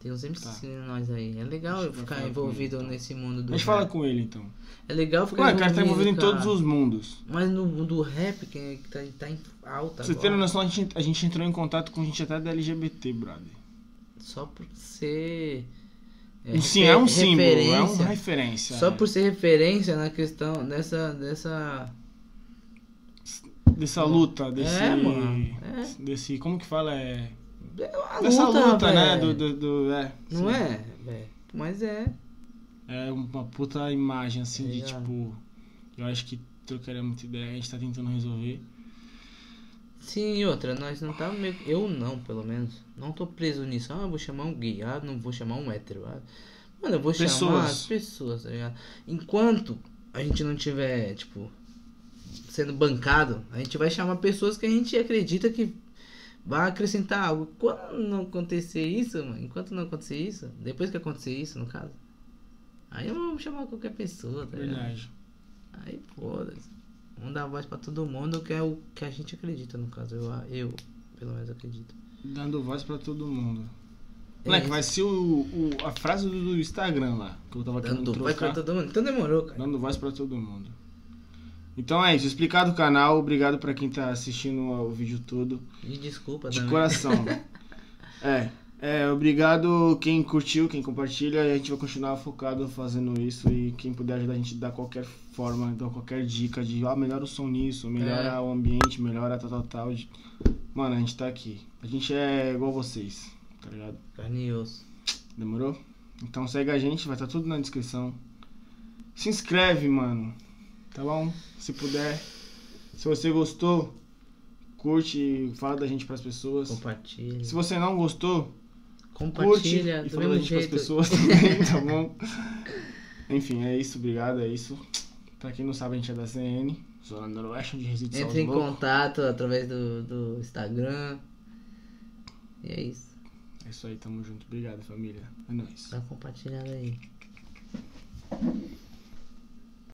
[SPEAKER 1] Tem uns MCs
[SPEAKER 2] Tá.
[SPEAKER 1] em nós aí. É legal
[SPEAKER 2] Deixa eu
[SPEAKER 1] eu ficar
[SPEAKER 2] falar com
[SPEAKER 1] envolvido
[SPEAKER 2] ele, então.
[SPEAKER 1] nesse mundo
[SPEAKER 2] A gente
[SPEAKER 1] do rap.
[SPEAKER 2] fala com ele então.
[SPEAKER 1] É legal ficar
[SPEAKER 2] Mano, o cara tá
[SPEAKER 1] envolvido,
[SPEAKER 2] envolvido em todos
[SPEAKER 1] cara.
[SPEAKER 2] os mundos.
[SPEAKER 1] Mas no mundo do rap, quem é que tá, tá em alta
[SPEAKER 2] Pra você ter
[SPEAKER 1] agora?
[SPEAKER 2] noção, a gente, a gente entrou em contato com gente até da LGBT, brother.
[SPEAKER 1] Só por ser...
[SPEAKER 2] Um sim, é um
[SPEAKER 1] refer-
[SPEAKER 2] símbolo, é
[SPEAKER 1] referência.
[SPEAKER 2] uma referência.
[SPEAKER 1] Só
[SPEAKER 2] né?
[SPEAKER 1] por ser referência na questão dessa. dessa.
[SPEAKER 2] é. Dessa luta, desse.
[SPEAKER 1] mano, é.
[SPEAKER 2] Desse. Como que fala? É.
[SPEAKER 1] é uma
[SPEAKER 2] Dessa luta, né?
[SPEAKER 1] velho.
[SPEAKER 2] Do, do, do- é,
[SPEAKER 1] Não
[SPEAKER 2] sim.
[SPEAKER 1] é, velho. Mas é.
[SPEAKER 2] É uma puta imagem, assim,
[SPEAKER 1] Tá
[SPEAKER 2] de
[SPEAKER 1] ligado?
[SPEAKER 2] tipo. Eu acho que trocaria muita ideia, a gente tá tentando resolver.
[SPEAKER 1] Sim, e outra, nós não tá meio. Eu não, pelo menos. Não tô preso nisso. Ah, eu vou chamar um gay. Ah, não vou chamar um hétero. Ah, mano, eu vou chamar
[SPEAKER 2] Pessoas.
[SPEAKER 1] as pessoas, tá ligado? Enquanto a gente não tiver, tipo, sendo bancado, a gente vai chamar pessoas que a gente acredita que vai acrescentar algo. Quando não acontecer isso, mano, enquanto não acontecer isso, depois que acontecer isso, no caso, aí eu vou chamar qualquer pessoa, tá ligado?
[SPEAKER 2] Verdade.
[SPEAKER 1] Aí foda-se. Vamos dar voz pra todo mundo, que é o que a gente acredita, no caso. Eu, eu pelo menos, acredito.
[SPEAKER 2] Dando voz pra todo mundo.
[SPEAKER 1] É
[SPEAKER 2] Moleque,
[SPEAKER 1] isso.
[SPEAKER 2] vai ser o, o- a frase do, do Instagram lá, que eu tava querendo
[SPEAKER 1] Dando voz pra
[SPEAKER 2] trocar.
[SPEAKER 1] todo mundo. Então demorou, cara.
[SPEAKER 2] Dando voz pra todo mundo. Então é isso, explicado o canal. Obrigado pra quem tá assistindo o vídeo todo.
[SPEAKER 1] E desculpa
[SPEAKER 2] De
[SPEAKER 1] também.
[SPEAKER 2] coração. é. É, obrigado quem curtiu, quem compartilha. A gente vai continuar focado fazendo isso e quem puder ajudar a gente dar qualquer forma, dar qualquer dica de, ó, melhora o som nisso, melhora
[SPEAKER 1] É.
[SPEAKER 2] o ambiente, melhora tal, tal, tal. De- Mano, a gente tá aqui. A gente é igual vocês, tá ligado?
[SPEAKER 1] Carne e osso.
[SPEAKER 2] Demorou? Então segue a gente, vai estar tudo na descrição. Se inscreve, mano. Tá bom? Se puder. Se você gostou, curte, fala da gente pras pessoas.
[SPEAKER 1] Compartilha.
[SPEAKER 2] Se você não gostou, curte
[SPEAKER 1] Compartilha
[SPEAKER 2] e
[SPEAKER 1] do
[SPEAKER 2] fala da
[SPEAKER 1] mesmo
[SPEAKER 2] gente pras
[SPEAKER 1] jeito.
[SPEAKER 2] pessoas também, tá bom? Enfim, é isso, obrigado, é isso. Pra quem não sabe, a gente é da CN, Zona Noroeste, onde reside
[SPEAKER 1] Entre em
[SPEAKER 2] Saulo Louco.
[SPEAKER 1] contato através do, do Instagram. E é isso.
[SPEAKER 2] É isso aí, tamo junto. Obrigado, família. É nóis.
[SPEAKER 1] Dá uma compartilhada aí.